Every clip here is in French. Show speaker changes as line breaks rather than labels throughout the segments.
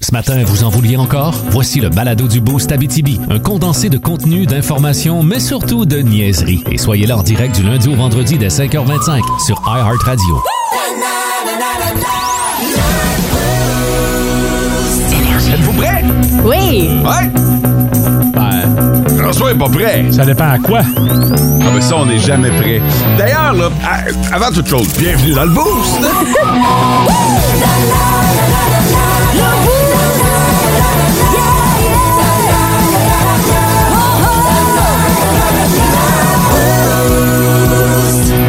Ce matin, vous en vouliez encore? Voici le balado du Boost Abitibi, un condensé de contenu, d'informations, mais surtout de niaiseries. Et soyez là en direct du lundi au vendredi dès 5h25 sur iHeartRadio.
Êtes-vous prêts?
Oui!
Ouais! François est pas prêt.
Ben, Ça dépend à quoi.
Ah ben ça, on n'est jamais prêt. D'ailleurs, là, à- avant toute chose, bienvenue dans le boost!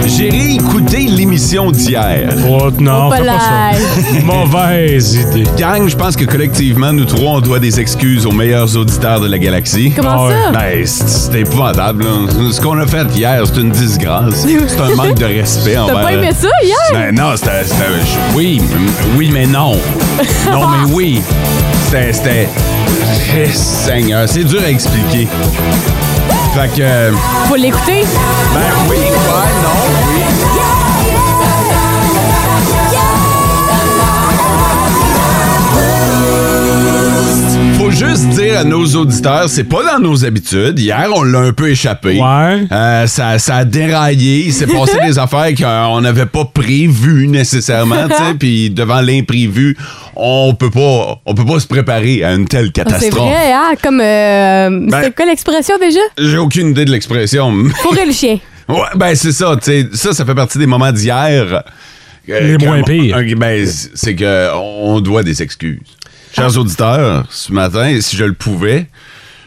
J'ai réécouté l'émission d'hier.
Oh non,
Hop
fais pas
là.
ça. Mauvaise idée.
Gang, je pense que collectivement, nous trois, on doit des excuses aux meilleurs auditeurs de la galaxie.
Comment ça?
Ben, c'est- c'est épouvantable. là. Ce qu'on a fait hier, c'est une disgrâce. C'est un manque de respect envers...
T'as pas aimé ça hier?
Ben non, c'était... c'était- je- Oui, m- oui, mais non. Non, mais oui. C'était... C'était... Eh, Seigneur, c'est dur à expliquer. Fait que... euh,
Ah, Faut l'écouter?
Ben oui, ouais, non, oui. Faut juste dire à nos auditeurs, c'est pas dans nos habitudes. Hier, on l'a un peu échappé.
Ouais.
Euh, ça, ça a déraillé. Il s'est passé des affaires qu'on n'avait pas prévues nécessairement. tu sais. Puis devant l'imprévu, on peut pas, on peut pas se préparer à une telle
Ah, C'est
catastrophe.
vrai, hein? Comme. euh,
Ben-
C'est quoi l'expression déjà?
J'ai aucune idée de l'expression.
Fourrer le chien.
Ouais, ben c'est ça, tu sais, ça, ça fait partie des moments d'hier. euh,
Les
que-
moins pires.
euh, ben, c- c'est que on doit des excuses. Chers auditeurs, ce matin, si je le pouvais,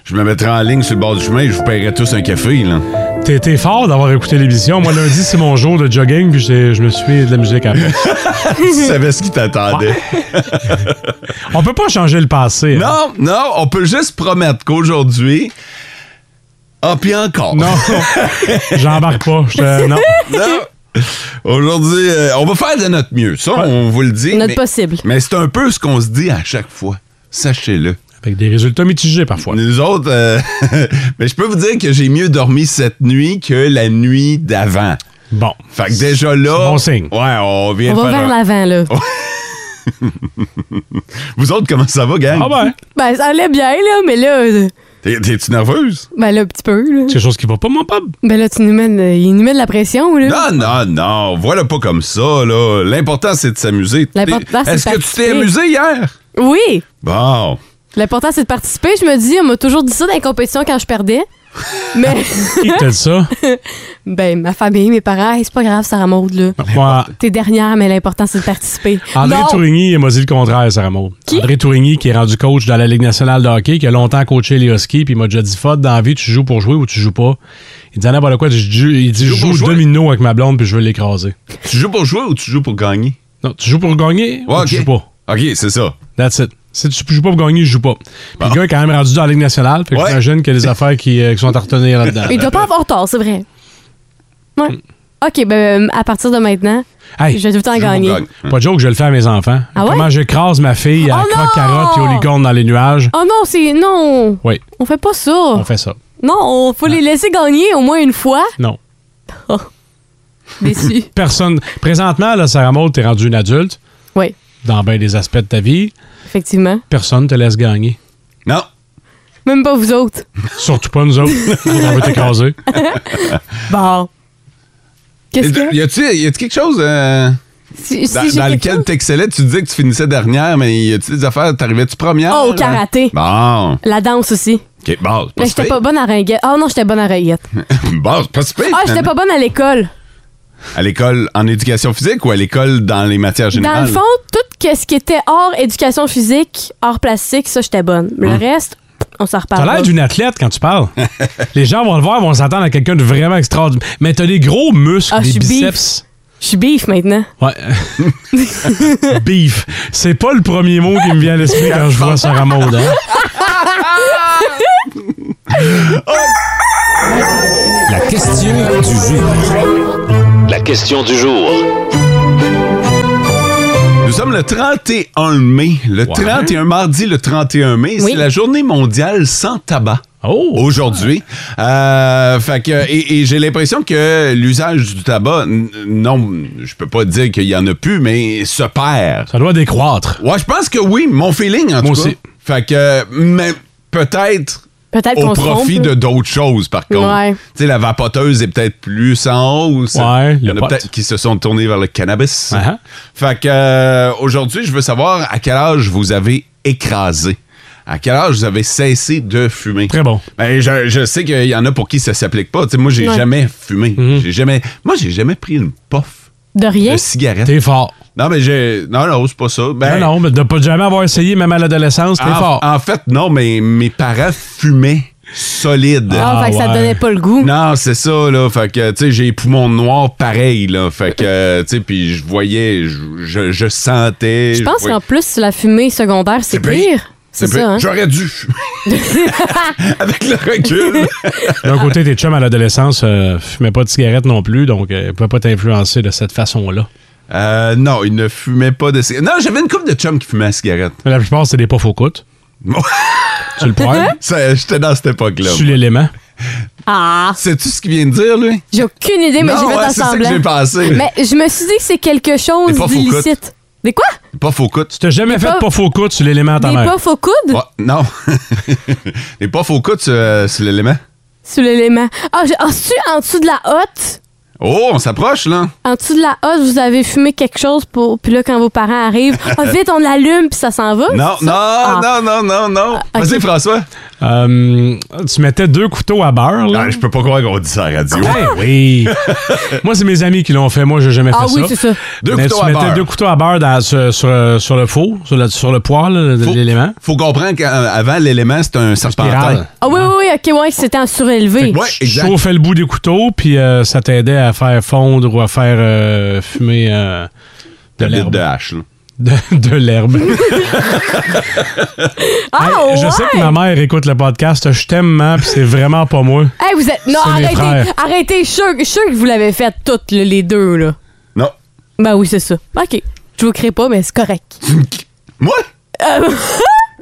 je me mettrais en ligne sur le bord du chemin et je vous paierais tous un café, là.
T'es t'es fort d'avoir écouté l'émission. Moi, lundi, c'est mon jour de jogging, puis j'ai- je me suis fait de la musique après.
tu savais ce qui t'attendait.
On peut pas changer le passé. hein.
Non, non, on peut juste promettre qu'aujourd'hui. Ah, puis encore.
Non. J'embarque pas. Je te- non.
Non. Aujourd'hui, euh, on va faire de notre mieux. Ça, on vous le dit.
Notre
mais-
possible.
Mais c'est un peu ce qu'on se dit à chaque fois. Sachez-le.
Avec des résultats mitigés parfois.
Nous autres, euh, mais je peux vous dire que j'ai mieux dormi cette nuit que la nuit d'avant.
Bon.
Fait que déjà là.
C'est bon signe.
Ouais, on vient
On
de faire.
va vers
un-
l'avant, là.
Vous autres, comment ça va, gang?
Ah ben,
Ben, ça allait bien, là, mais là. euh,
T'es- T'es-tu nerveuse?
Ben, là, un petit peu, là.
c'est quelque chose qui va pas, mon pub.
Ben, là, tu nous mènes. euh, Il nous met de la pression, là.
Non, non, non. Voilà pas comme ça, là. L'important, c'est de s'amuser. T'es-
L'important, c'est de
Est-ce que tu t'es
participer.
amusé hier?
Oui!
Bon.
L'important, c'est de participer. Je me dis, on m'a toujours dit ça dans les compétitions quand je perdais. Mais,
Qui t'a dit ça?
ben, ma famille, mes parents, Hey, c'est pas grave, Sarah Maud, là.
Moi,
T'es dernière, mais l'important, c'est de participer.
André
Non.
Tourigny, il m'a dit le contraire, Sarah Maud.
Qui?
André Tourigny, qui est rendu coach dans la Ligue nationale de hockey, qui a longtemps coaché les Huskies, puis il m'a déjà dit Fod, dans la vie, tu joues pour jouer ou tu joues pas. Il dit n'importe quoi. je joue- Il dit Je
Joue pour
joue au
jouer.
domino avec ma blonde, puis je veux l'écraser.
Tu joues pour jouer ou tu joues pour gagner?
Non, tu joues pour gagner ou
Ouais,
tu
ok.
joues pas.
OK, c'est ça.
That's it. Si tu joues pas pour gagner, je joue pas. Puis le gars est quand même rendu dans la Ligue nationale, fait que
Ah. Ouais.
j'imagine qu'il y a des affaires qui, euh, qui sont à retenir là-dedans.
Il doit pas avoir tort, c'est vrai. Ouais. OK, ben, euh, à partir de maintenant,
Hey,
je vais tout le temps
Tu joues pour
gagner.
gagner.
Pas de joke, je le fais à mes enfants.
Ah ouais?
Comment j'écrase ma fille à
Oh
croque carotte et
non!
aux licornes dans les nuages.
Oh non, c'est. Non!
Oui,
On fait pas ça.
on fait ça.
Non, on faut les laisser gagner au moins une fois.
Non.
Déçu.
Personne. Présentement, là, Sarah Maud, t'es rendue une adulte
oui,
dans bien des aspects de ta vie.
effectivement.
Personne te laisse gagner.
Non.
Même pas vous autres.
Surtout pas nous autres. on veut t'écraser.
Bon. Qu'est-ce que.
Y a-tu y a-tu quelque chose euh,
Si, si
dans,
j'ai
dans
quelque
lequel
chose-
t'excellais? Tu disais que tu finissais dernière, mais y a-tu des affaires? T'arrivais-tu première?
Oh, au
là?
karaté.
Bon.
La danse aussi.
OK, bon,
Mais
c'est
j'étais
pas
pas bonne à ringuette. Oh non, j'étais bonne à ringuette.
Bon, c'est pas si pire,
Ah, j'étais
finalement.
pas bonne à l'école.
À l'école en éducation physique ou à l'école dans les matières
Dans
générales?
le fond, tout que ce qui était hors éducation physique, hors plastique, ça, j'étais bonne. Le reste, on s'en reparle.
T'as l'air
pas.
d'une athlète quand tu parles. les gens vont le voir, vont s'attendre à quelqu'un de vraiment extraordinaire. Mais t'as des gros muscles,
Ah, je
des
suis beef.
biceps.
Je suis beef maintenant.
Ouais. Beef. C'est pas le premier mot qui me vient à l'esprit quand je vois Sarah Maud. hein.
La question du jour.
La question du jour.
Nous sommes le 31 mai. Le 31 mardi, le 31 mai,
Oui.
c'est la journée mondiale sans tabac.
Oh!
aujourd'hui. Euh, fait que, et, et j'ai l'impression que l'usage du tabac, n- non, je peux pas dire qu'il y en a plus, mais se perd.
Ça doit décroître.
Ouais, je pense que oui, mon feeling en
Moi
tout cas.
aussi.
Fait que, mais peut-être
Peut-être
au
qu'on se
profit
trompe,
de
là.
d'autres choses, par contre.
Ouais.
Tu sais, la vapoteuse est peut-être plus en hausse.
Ouais,
Il y en
le
a
pot.
peut-être qui se sont tournés vers le cannabis.
Uh-huh.
Fait que euh, aujourd'hui, je veux savoir à quel âge vous avez écrasé. À quel âge vous avez cessé de fumer?
Très bon.
Ben, je, je sais qu'il y en a pour qui ça s'applique pas. Tu sais, moi, j'ai
Ouais.
jamais fumé.
Mhm.
J'ai jamais. Moi, j'ai jamais pris une puff
De rien.
de cigarette.
T'es fort.
Non, mais j'ai. Non, non, c'est pas ça. Ben,
non, non, mais de pas jamais avoir essayé, même à l'adolescence, t'es
en,
fort.
Ah, en fait, non, mais mes parents fumaient solide.
Ah,
Ah,
fait que ça te
ouais.
donnait pas le goût.
Non, c'est ça, là. Fait que, tu sais, j'ai les poumons noirs pareil, là. Fait que, euh, tu sais, puis je voyais, je, je- je sentais.
Je pense
voyais-
qu'en plus, la fumée secondaire, c'est
C'est pire.
pire. C'est
Ben,
ça, hein?
J'aurais dû fumer. Avec le recul.
D'un côté, tes chums à l'adolescence euh, fumaient pas de cigarette non plus, donc euh, ils pouvaient pas t'influencer de cette façon-là.
Euh, non, il ne fumait pas de cigarette. Non, j'avais une coupe de chum qui fumait la cigarette.
Mais La plupart, c'est des puffs au coude. Tu le prends,
Ça, J'étais dans cette époque-là.
tu l'élément.
Ah!
Sais-tu ce qu'il vient de dire, lui?
J'ai aucune idée, mais
Non,
j'ai fait
ouais,
un
c'est ça que
semblant.
j'ai pensé.
Mais je me suis dit que c'est quelque chose
Des puffs au
d'illicite. Des quoi?
Pas faux coute.
T'as jamais fait de
puffs-
puff au coude, tu l'élément à ta
Des
mère.
puffs au coude?
Ouais, non. Et pas faux coute, c'est c'est l'élément.
Sous l'élément. Ah, j'ai- ah, c'est-tu en dessous de la hotte?
Oh, on s'approche, là.
En dessous de la hotte, vous avez fumé quelque chose pour. Puis là, quand vos parents arrivent, ah, vite, on allume, puis ça s'en va?
Non,
c'est
non,
ça? Ah.
non, non, non, non.
Ah, ok.
Vas-y, François.
Euh, tu mettais deux couteaux à beurre, là.
Ah, je peux pas croire qu'on dit ça à la radio.
Ben oui. Moi, c'est mes amis qui l'ont fait. Moi, j'ai jamais
Ah
fait
oui,
ça.
c'est ça.
Deux
Mais
couteaux
tu
à
mettais
beurre.
deux couteaux à beurre dans- sur, sur- sur le four, sur le, sur le poêle, là, de
Faut-
l'élément.
Faut comprendre qu'avant, l'élément, c'est un serpentin.
Spiral.
Ah oui, oui, oui, ok, ouais, c'était en surélevé.
Ouais, exact.
Chauffais le bout des couteaux, puis euh, ça t'aidait à faire fondre ou à faire euh, fumer euh, de
La bite
l'herbe.
de hache, là.
De, de l'herbe.
Ah,
Hey, je
ouais.
sais que ma mère écoute le podcast. Je t'aime, man, puis c'est vraiment pas moi.
Hey, vous êtes. Non,
C'est mes
arrêtez.
frères.
Arrêtez. Je suis sûre- je suis sûre que vous l'avez fait toutes, là, les deux, là.
Non.
Ben oui, c'est ça. OK. Je vous crée pas, mais c'est correct.
Moi,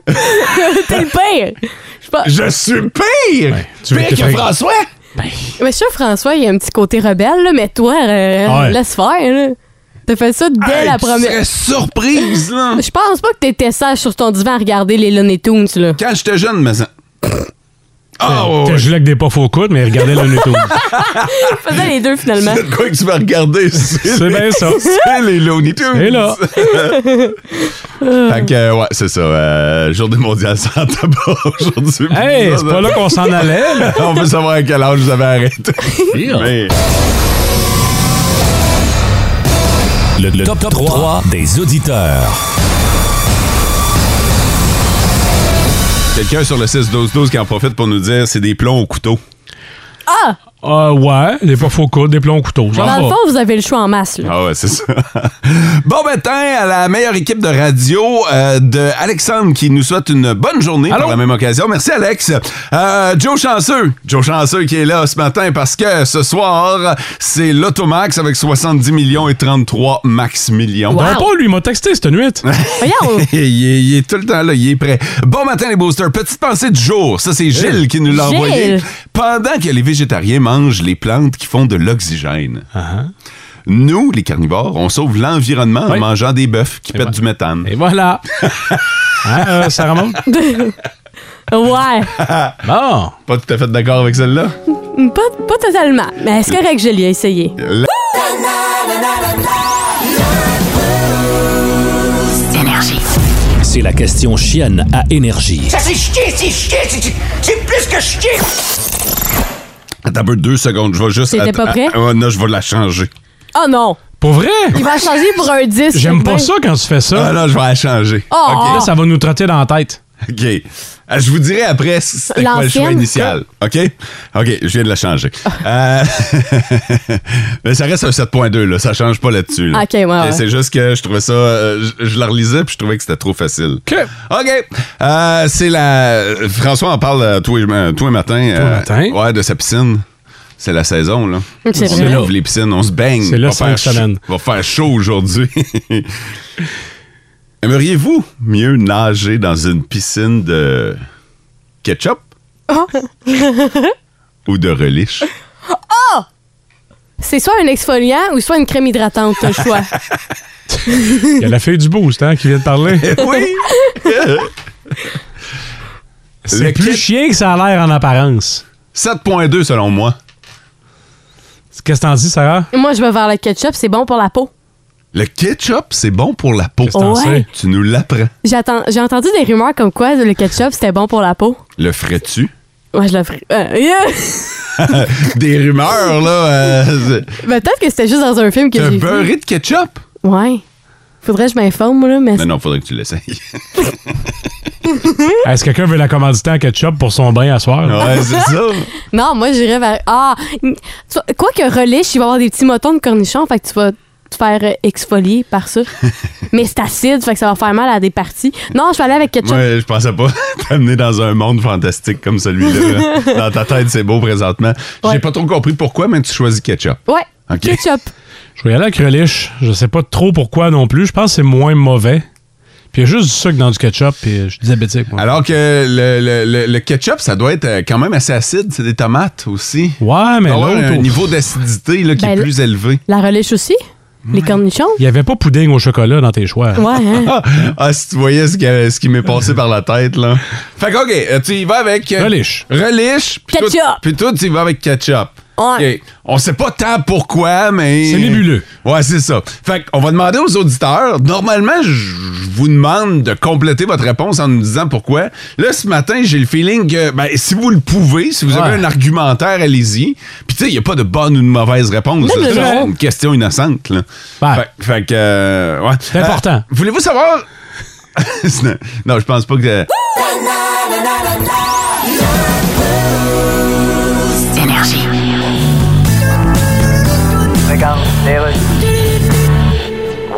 T'es le pire. Je pense-
je suis pire.
Ouais, tu veux
pire
que
que
je-
François.
Mais je suis sûr, François, il y a un petit côté rebelle, là, mais toi, euh,
Ah ouais.
laisse faire, là. T'as fait ça dès
Hey,
la
tu
première.
serais surprise, là.
Je pense pas que t'étais sage sur ton divan à regarder les Looney Tunes, là.
Quand j'étais jeune, mais... ça- Ah, ouais,
T'as
ouais.
joué avec des puffs au coude, mais regardez le netto.
Je faisais les deux, finalement.
C'est de quoi que tu vas regarder.
C'est bien ça.
C'est les Looney Tunes.
Et là.
fait que, euh, ouais, c'est ça. euh, journée mondiale sans tabac aujourd'hui.
Hey,
Ça,
c'est
ça-
pas là qu'on s'en allait. là.
On veut savoir à quel âge vous avez arrêté. Mais-
Le, le top, 3, des auditeurs.
Quelqu'un sur le 6-12-12 qui en profite pour nous dire c'est des plombs au couteau.
Ah ouais, des puffs au coude, des plombs au couteau. ça
Dans le
va.
fond, vous avez le choix en masse, là.
Ah ouais, c'est ça. bon matin à la meilleure équipe de radio euh, de Alexandre qui nous souhaite une bonne journée
Allô?
par la même occasion. Merci Alex. Euh, Joe Chanceux, Joe Chanceux qui est là ce matin parce que ce soir, c'est l'Automax avec 70 millions et 33 max millions.
Non, pas lui, il m'a texté cette nuit.
Voyons.
Il est, il est tout le temps là, il est prêt. Bon matin les boosters, petite pensée du jour. Ça c'est Gilles qui nous l'a
Gilles.
envoyé. Pendant que les végétariens mangent les plantes qui font de l'oxygène. Nous, les carnivores, on sauve l'environnement en
Oui.
mangeant des bœufs qui pètent
bon.
du méthane.
Et voilà. Hein, euh, ça remonte?
ouais.
Bon.
Pas tout à fait d'accord avec celle-là?
Pas, pas totalement. Mais c'est correct, je l'ai essayé.
C'est la question chienne à énergie.
Ça c'est chier, c'est chier, c'est chier, c'est plus que chier.
Attends un peu deux secondes, je vais juste...
T'étais
attends-
pas prêt?
Ah, ouais, non, je vais la changer.
Oh non.
Pour vrai?
Il va changer pour un ben 10.
J'aime
c'est
pas
bien.
ça quand tu fais
Ah
ça.
non, je vais la changer.
Oh,
Là, ça va nous trotter dans la tête.
OK. Ah, Je vous dirai après c'était quoi le choix
L'ancienne?
initial. OK? OK, je viens de la changer. Euh, Mais ça reste un 7.2, là. Ça change pas là-dessus. là.
OK, ouais, ouais.
C'est juste que je trouvais ça... euh, je, je la relisais, puis je trouvais que c'était trop facile. OK. OK. Euh, c'est la... François en parle euh, tous les, euh, tous les matins. euh,
matin.
Ouais, de sa piscine. C'est la saison, là.
C'est
on
vrai.
ouvre les piscines, on se baigne.
C'est là
Hmm, Va faire
cinq semaines.
chaud- Va faire chaud aujourd'hui. Aimeriez-vous mieux nager dans une piscine de ketchup
Oh.
Ou de relish.
C'est soit un exfoliant ou soit une crème hydratante, le choix.
Il y a la fille du boost hein, qui vient de parler.
oui!
C'est
Le
plus
kit-
chien que ça a l'air en apparence.
7.2 selon moi.
Qu'est-ce que t'en dis, Sarah?
Moi, je vais vers le ketchup, c'est bon pour la peau.
Le ketchup, c'est bon pour la peau.
Qu'est-ce que t'en
Ouais.
sais?
Tu nous l'apprends.
J'attends- J'ai entendu des rumeurs comme quoi le ketchup, c'était bon pour la peau.
Le ferais-tu?
Moi, je le ferais. Euh, yeah!
Des rumeurs, là. euh,
Ben, Peut-être que c'était juste dans un film que
T'as
j'ai vu.
beurré de ketchup?
Ouais. Faudrait que je m'informe, moi, là, mais
Non, non, faudrait que tu l'essayes.
Est-ce que quelqu'un veut la commanditer en ketchup pour son bain à soir?
ouais, c'est ça.
Non, moi, j'irais vers. Ah! n- tu vois, Quoi que relish, il va y avoir des petits motons de cornichons, fait que tu vas te faire euh, exfolier par ça. Mais c'est acide, fait que ça va faire mal à des parties. Non, je vais aller avec ketchup.
Moi, je pensais pas t'amener dans un monde fantastique comme celui-là. là. dans ta tête, c'est beau présentement. J'ai
Ouais.
pas trop compris pourquoi, mais tu choisis ketchup.
Ouais,
Ok.
ketchup.
Je vais y aller avec relish. Je sais pas trop pourquoi non plus. Je pense que c'est moins mauvais. Puis il y a juste du sucre dans du ketchup, puis je suis diabétique, moi.
Alors que le, le- le- le ketchup, ça doit être euh, quand même assez acide. C'est des tomates aussi.
ouais, mais
Il doit avoir
l'autre...
Ah un
au-
niveau d'acidité là, qui
Ben,
est
le-
plus élevé.
La relish aussi? Les cornichons?
Il y avait pas pudding au chocolat dans tes choix.
Ouais, hein?
Ah, ah, si tu voyais ce, que- ce qui m'est passé par la tête, là. Fait que, OK, euh, tu y vas avec... euh,
Relish.
Relish. puis
Ketchup.
toi- Puis toi, tu y vas avec ketchup.
Ouais.
OK. On sait pas tant pourquoi, mais...
C'est nébuleux.
Ouais, c'est ça. Fait qu'on va demander aux auditeurs. Normalement, je je vous demande de compléter votre réponse en nous disant pourquoi. Là, ce matin, j'ai le feeling que, ben, si vous le pouvez, si vous avez
Ouais.
un argumentaire, allez-y. Puis tu sais, il n'y a pas de bonne ou de mauvaise réponse.
Non,
là.
mais
C'est
non.
une question innocente, là.
Ouais.
Fait- Fait, que, euh, ouais.
C'est important.
Euh, Voulez-vous savoir... non, je pense pas que...
Regarde, les rues.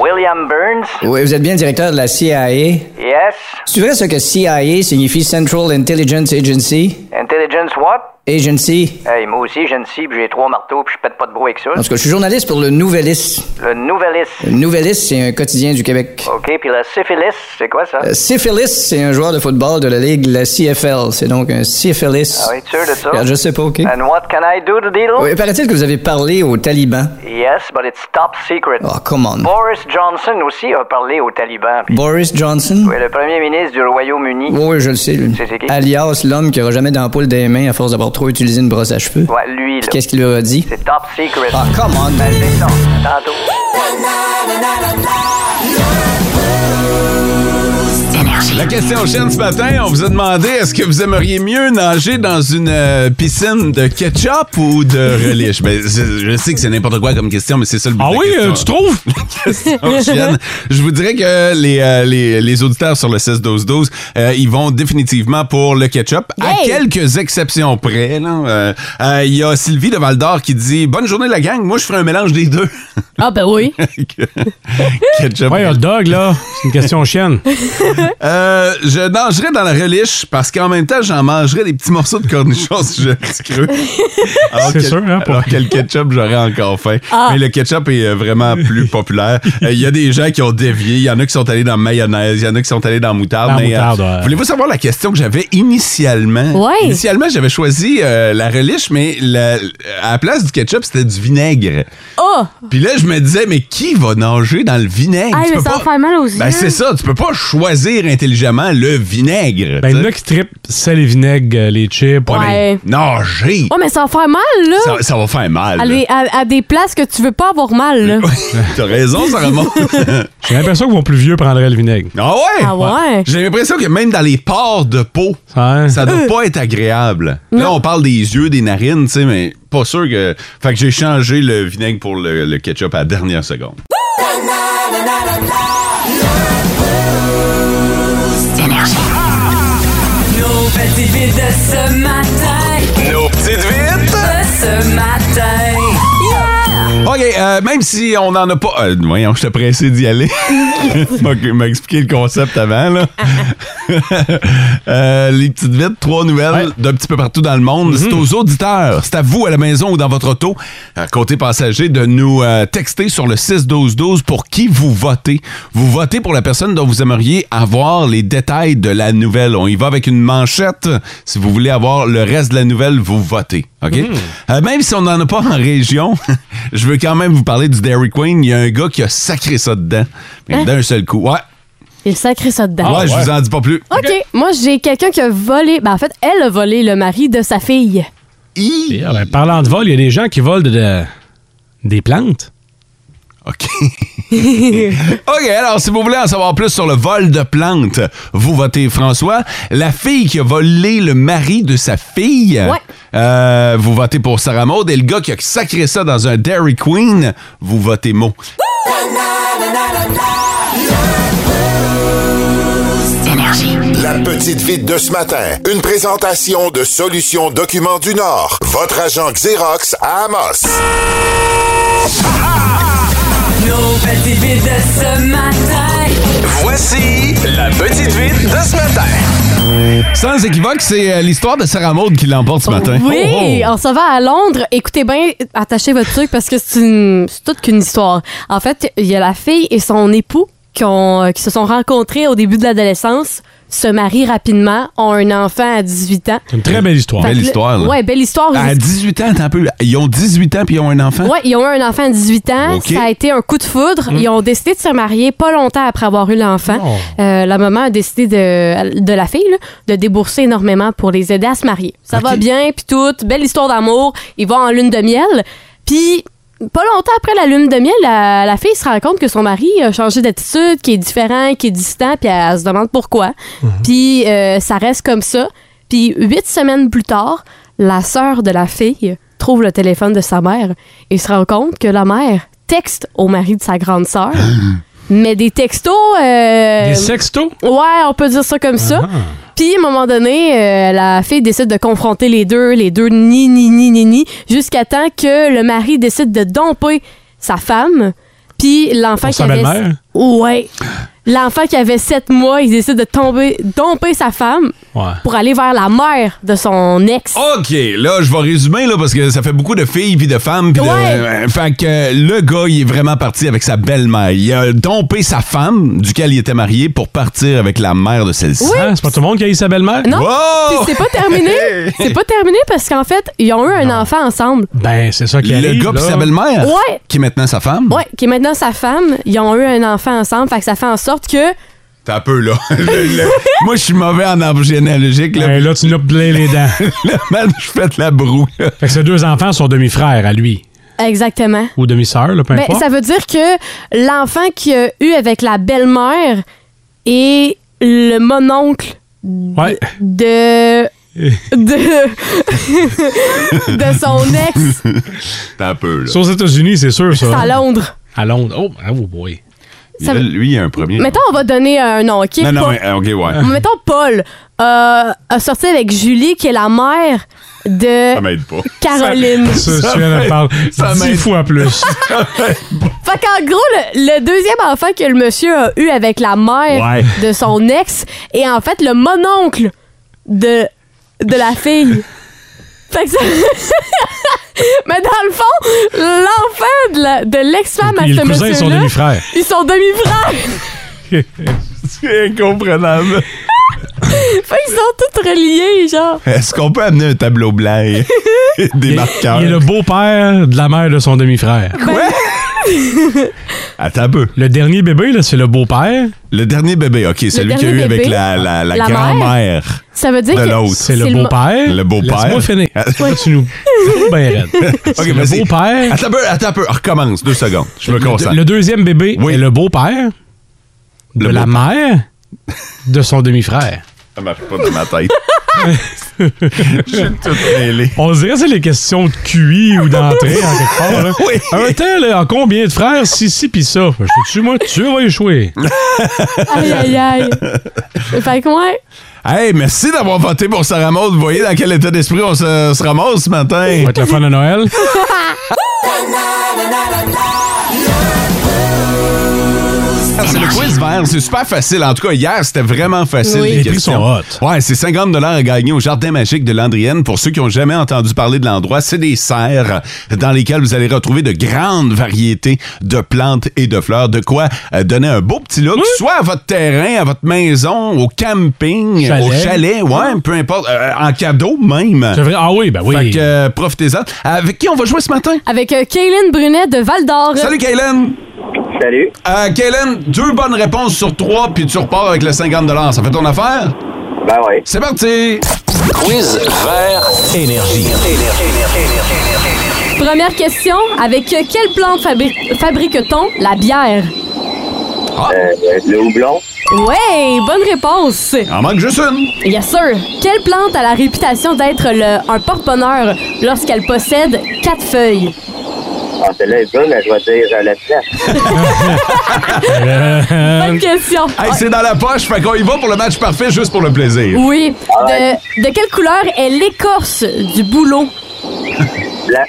William Burns?
Oui, vous êtes bien directeur de la CIA.
Yes.
C'est vrai ce que CIA signifie Central Intelligence Agency?
Intelligence what?
Agency.
Hey, moi aussi, j'ai une cible, j'ai trois marteaux, puis je pète pas de bruit avec ça.
En tout cas, je suis journaliste pour le Nouvelliste.
Le nouveliste.
Le Nouvelliste, c'est un quotidien du Québec.
OK, puis la syphilis, c'est quoi ça?
Euh, Syphilis, c'est un joueur de football de la ligue, la CFL. C'est donc un syphilis.
Ah oui, tu es de ça?
Regarde, je sais pas, OK?
And what can I do to deal?
Oui, paraît-il que vous avez parlé aux talibans.
Yes, but it's top secret.
Oh, come on. Mm.
Boris Johnson aussi a parlé aux talibans. puis-
Boris Johnson?
Oui, le premier ministre du Royaume-Uni.
Oui, oui, je le sais, lui.
C'est- c'est qui?
Alias, l'homme qui aura jamais d'ampoule des mains à force d'avoir trop utilisé une brosse à cheveux.
Ouais, lui, là.
Qu'est-ce qu'il leur a dit?
C'est top secret.
Ah, come on, man.
C'est ça, tantôt.
La question chaîne ce matin, on vous a demandé est-ce que vous aimeriez mieux nager dans une euh, piscine de ketchup ou de relish? Ben, je, je sais que c'est n'importe quoi comme question, mais c'est ça le but
Ah
de la
oui,
question.
euh, tu trouves?
Oh, chienne. Je vous dirais que les, euh, les, les auditeurs sur le 16-12-12, euh, ils vont définitivement pour le ketchup, à
Yay!
quelques exceptions près. là. Euh, euh, Il y a Sylvie de Val-d'Or qui dit « Bonne journée la gang, moi je ferai un mélange des deux. euh,
Ah, ben oui. »
Ketchup.
Ouais, hot dog, là. C'est une question chienne.
Euh, je nagerais dans la reliche parce qu'en même temps, j'en mangerais des petits morceaux de cornichons si je risque creux. Alors
C'est
que-
sûr, hein, pour-
Alors que le ketchup, j'aurais encore faim.
Ah.
Mais le ketchup est euh, vraiment plus populaire. Euh, Il y a des gens qui ont dévié. Il y en a qui sont allés dans mayonnaise. Il y en a qui sont allés dans moutarde.
Dans
mais, euh,
moutarde, ouais.
Voulez-vous savoir la question que j'avais initialement?
Ouais.
Initialement, j'avais choisi euh, la reliche, mais la- à la place du ketchup, c'était du vinaigre.
Oh!
Puis là, je me disais, mais qui va nager dans le vinaigre?
Ah,
Tu
mais
peux
ça va
pas-
faire mal aux
ben,
yeux.
c'est ça, tu peux pas choisir intelligemment le vinaigre.
Ben,
tu
il y
sais.
en a qui trippent sel et vinaigre, euh, les chips.
Ouais, mais
Ouais.
nager,
Ouais, mais ça va faire mal, là.
ça, ça va faire mal. là.
À, des- à- à des places que tu veux pas avoir mal, là.
T'as raison, ça remonte.
J'ai l'impression que mon plus vieux prendrait le vinaigre.
ah ouais?
Ah ouais?
J'ai l'impression que même dans les pores de peau,
Ouais.
ça
Euh.
doit pas être agréable. Là, on parle des yeux, des narines, tu sais, mais pas sûr que. Fait que j'ai changé le vinaigre pour le, le ketchup à la dernière seconde.
Nos petites vites de ce matin. Nos petites vites de ce matin. Yeah!
On OK, euh, même si on n'en a pas... euh, voyons, je t'ai pressé d'y aller. m'a m'a expliqué le concept avant, là. Euh, les petites vites, trois nouvelles
Ouais.
d'un petit peu partout dans le monde. C'est aux auditeurs, c'est à vous à la maison ou dans votre auto, euh, côté passager, de nous euh, texter sur le 6-12-12 pour qui vous votez. Vous votez pour la personne dont vous aimeriez avoir les détails de la nouvelle. On y va avec une manchette. Si vous voulez avoir le reste de la nouvelle, vous votez. OK? Euh, même si on n'en a pas en région, je veux quand même vous parler du Dairy Queen. Il y a un gars qui a sacré ça dedans. Mais D'un seul coup. Ouais.
Il sacré ça dedans.
ouais, je vous en dis pas plus.
Ah, OK. Moi, j'ai quelqu'un qui a volé. Ben, en fait, elle a volé le mari de sa fille.
Hi!
Et, ah, ben, parlant de vol, il y a des gens qui volent de- de- des plantes.
OK. OK, alors si vous voulez en savoir plus sur le vol de plantes, vous votez François. La fille qui a volé le mari de sa fille,
Ouais.
euh, vous votez pour Sarah Maud. Et le gars qui a sacré ça dans un Dairy Queen, vous votez Mo.
La petite vite de ce matin. Une présentation de Solutions Documents du Nord. Votre agent Xerox à Amos.
Nos petites vites de ce matin.
Voici la petite vite de ce matin.
Sans équivoque, c'est euh, l'histoire de Sarah Maud qui l'emporte ce matin. Oh,
Oui, on s'en va à Londres. Écoutez bien, attachez votre truc parce que c'est une- c'est toute qu'une histoire. En fait, il y a la fille et son époux qui, ont- euh, qui se sont rencontrés au début de l'adolescence, se marient rapidement, ont un enfant à 18 ans.
C'est une très belle histoire.
Fait que
Belle
là-
histoire, là.
Ouais, belle histoire.
À 18 ans, t'as un peu. Ils ont 18 ans puis ils ont un enfant.
Ouais, ils ont eu un enfant à 18 ans.
Ok.
Ça a été un coup de foudre. Ils ont décidé de se marier pas longtemps après avoir eu l'enfant.
Oh.
Euh, la maman a décidé de, de la fille là, de débourser énormément pour les aider à se marier. Ça va bien, puis tout. Belle histoire d'amour. Ils vont en lune de miel. Puis, pas longtemps après la lune de miel, la, la fille se rend compte que son mari a changé d'attitude, qui est différent, qui est distant, puis elle, elle se demande pourquoi. Puis, euh, ça reste comme ça. Puis, huit semaines plus tard, la sœur de la fille trouve le téléphone de sa mère et se rend compte que la mère texte au mari de sa grande sœur. Mais des textos... euh,
Des sextos?
Ouais, on peut dire ça comme ça. Puis, à un moment donné, euh, la fille décide de confronter les deux, les deux ni, ni, ni, ni, ni, jusqu'à temps que le mari décide de domper sa femme. Puis, l'enfant
Pour
qui
sa
avait.
belle-mère?
Ouais. L'enfant qui avait sept mois, il décide de tomber, domper sa femme
Ouais.
pour aller vers la mère de son ex.
OK, là, je vais résumer, là, parce que ça fait beaucoup de filles, puis de femmes, puis de...
Ouais.
euh, Fait que euh, le gars, il est vraiment parti avec sa belle-mère. Il a dompé sa femme, duquel il était marié, pour partir avec la mère de celle-ci.
Hein? C'est pas tout le monde qui a eu sa belle-mère?
Non,
Wow!
Puis c'est pas terminé. C'est pas terminé parce qu'en fait, ils ont eu un enfant ensemble.
Ben, c'est ça qui
Le
arrive.
gars pis
là.
sa belle-mère,
Ouais.
qui est maintenant sa femme.
Ouais, qui est maintenant sa femme. Ils ont eu un enfant ensemble. Fait que ça fait en sorte que
T'as un peu, là. Le- le- Moi, je suis mauvais en arbre généalogique, là.
Ben, là, tu nous plein les dents. fait
Le man, je fais de la broue, là.
que ses deux enfants sont demi-frères à lui.
Exactement.
Ou demi-sœur, là, peu
Ben,
importe.
ça veut dire que l'enfant qu'il a eu avec la belle-mère est le mononcle
Ouais.
de. de. de son ex
T'as un peu, là.
C'est aux États-Unis, c'est sûr, ça.
à Londres.
À Londres. Oh, bravo, boy.
Ça-
Là, Lui, il a un premier.
Mettons, on va donner un nom, OK?
Non, non,
Paul-
mais, euh, OK, ouais.
Mettons, Paul euh, a sorti avec Julie, qui est la mère de
Ça m'aide pas.
Caroline.
Ça,
Ça
tu viens de
m'aide.
parler
Ça
dix
m'aide.
fois plus.
Fait qu'en gros, le, le deuxième enfant que le monsieur a eu avec la mère
Ouais.
de son ex est en fait le mononcle de, de la fille. Fait que ça... Mais dans le fond, l'enfant de, la- de l'ex-femme à
Et
ce
le cousin,
monsieur-là,
ils sont demi-frères.
ils sont demi-frères.
C'est incompréhensible.
Fait qu'ils sont tous reliés, genre.
Est-ce qu'on peut amener un tableau blanc et des marqueurs?
Il est le beau-père de la mère de son demi-frère.
Ben.
Attends un peu.
Le dernier bébé, là, c'est le beau-père.
Le dernier bébé, OK, celui qu'il y a eu
dernier
avec
bébé,
la, la, la,
la
grand-mère.
Ça veut dire
De
que...
l'autre.
C'est le
C'est le mo-
beau-père.
Le beau-père.
Laisse-moi finir.
Ah.
Là, tu nous. Ben, raide. C'est le
vas-y.
beau-père.
Attends un peu, attends un peu. Recommence, deux secondes. Je me
Le,
concentre.
le deuxième bébé
Oui.
est le beau-père de
Le
la
beau-père.
mère de son demi-frère.
Ça marche pas dans ma tête. Je suis tout mêlé.
On dirait que c'est les questions de QI ou d'entrée en quelque part. Là.
Oui.
Un tel, là, en combien de frères, si, si, pis ça. Je te tue, moi, tu vas échouer.
Aïe, aïe, aïe. Fait que, ouais.
Hey, merci d'avoir voté pour Sarah Maud. Vous voyez dans quel état d'esprit on se, se ramasse ce matin.
Ça va être le fun de Noël.
C'est le quiz vert, c'est super facile. En tout cas, hier, c'était vraiment facile.
Oui. Les prix
questions.
sont
Ouais, c'est 50 à gagner au Jardin magique de Landrienne. Pour ceux qui n'ont jamais entendu parler de l'endroit, c'est des serres dans lesquelles vous allez retrouver de grandes variétés de plantes et de fleurs. De quoi euh, donner un beau petit look, soit à votre terrain, à votre maison, au camping,
Chalet.
au chalet, ouais, peu importe, euh, en cadeau même.
C'est vrai? Ah oui, ben oui.
Fait que euh, profitez-en. Avec qui on va jouer ce matin?
Avec euh, Kaylin Brunet de Val d'Or.
Salut Kaylin!
Salut.
Euh, Kaylin, deux bonnes réponses sur trois, puis tu repars avec le 50 Ça fait ton affaire?
Ben ouais.
C'est parti!
Quiz vert énergie.
Première question. Avec euh, quelle plante fabri- fabrique-t-on la bière?
le houblon.
Ouais, bonne réponse.
En manque juste une.
Yes sir. Quelle plante a la réputation d'être le- un porte-bonheur lorsqu'elle possède quatre feuilles?
Ah, celle-là est bonne, je vais dire euh, la place.
Bonne question.
Euh, Hey, c'est dans la poche, fait qu'on y va pour le match parfait juste pour le plaisir.
Oui. De, de quelle couleur est l'écorce du boulot?
Blanc.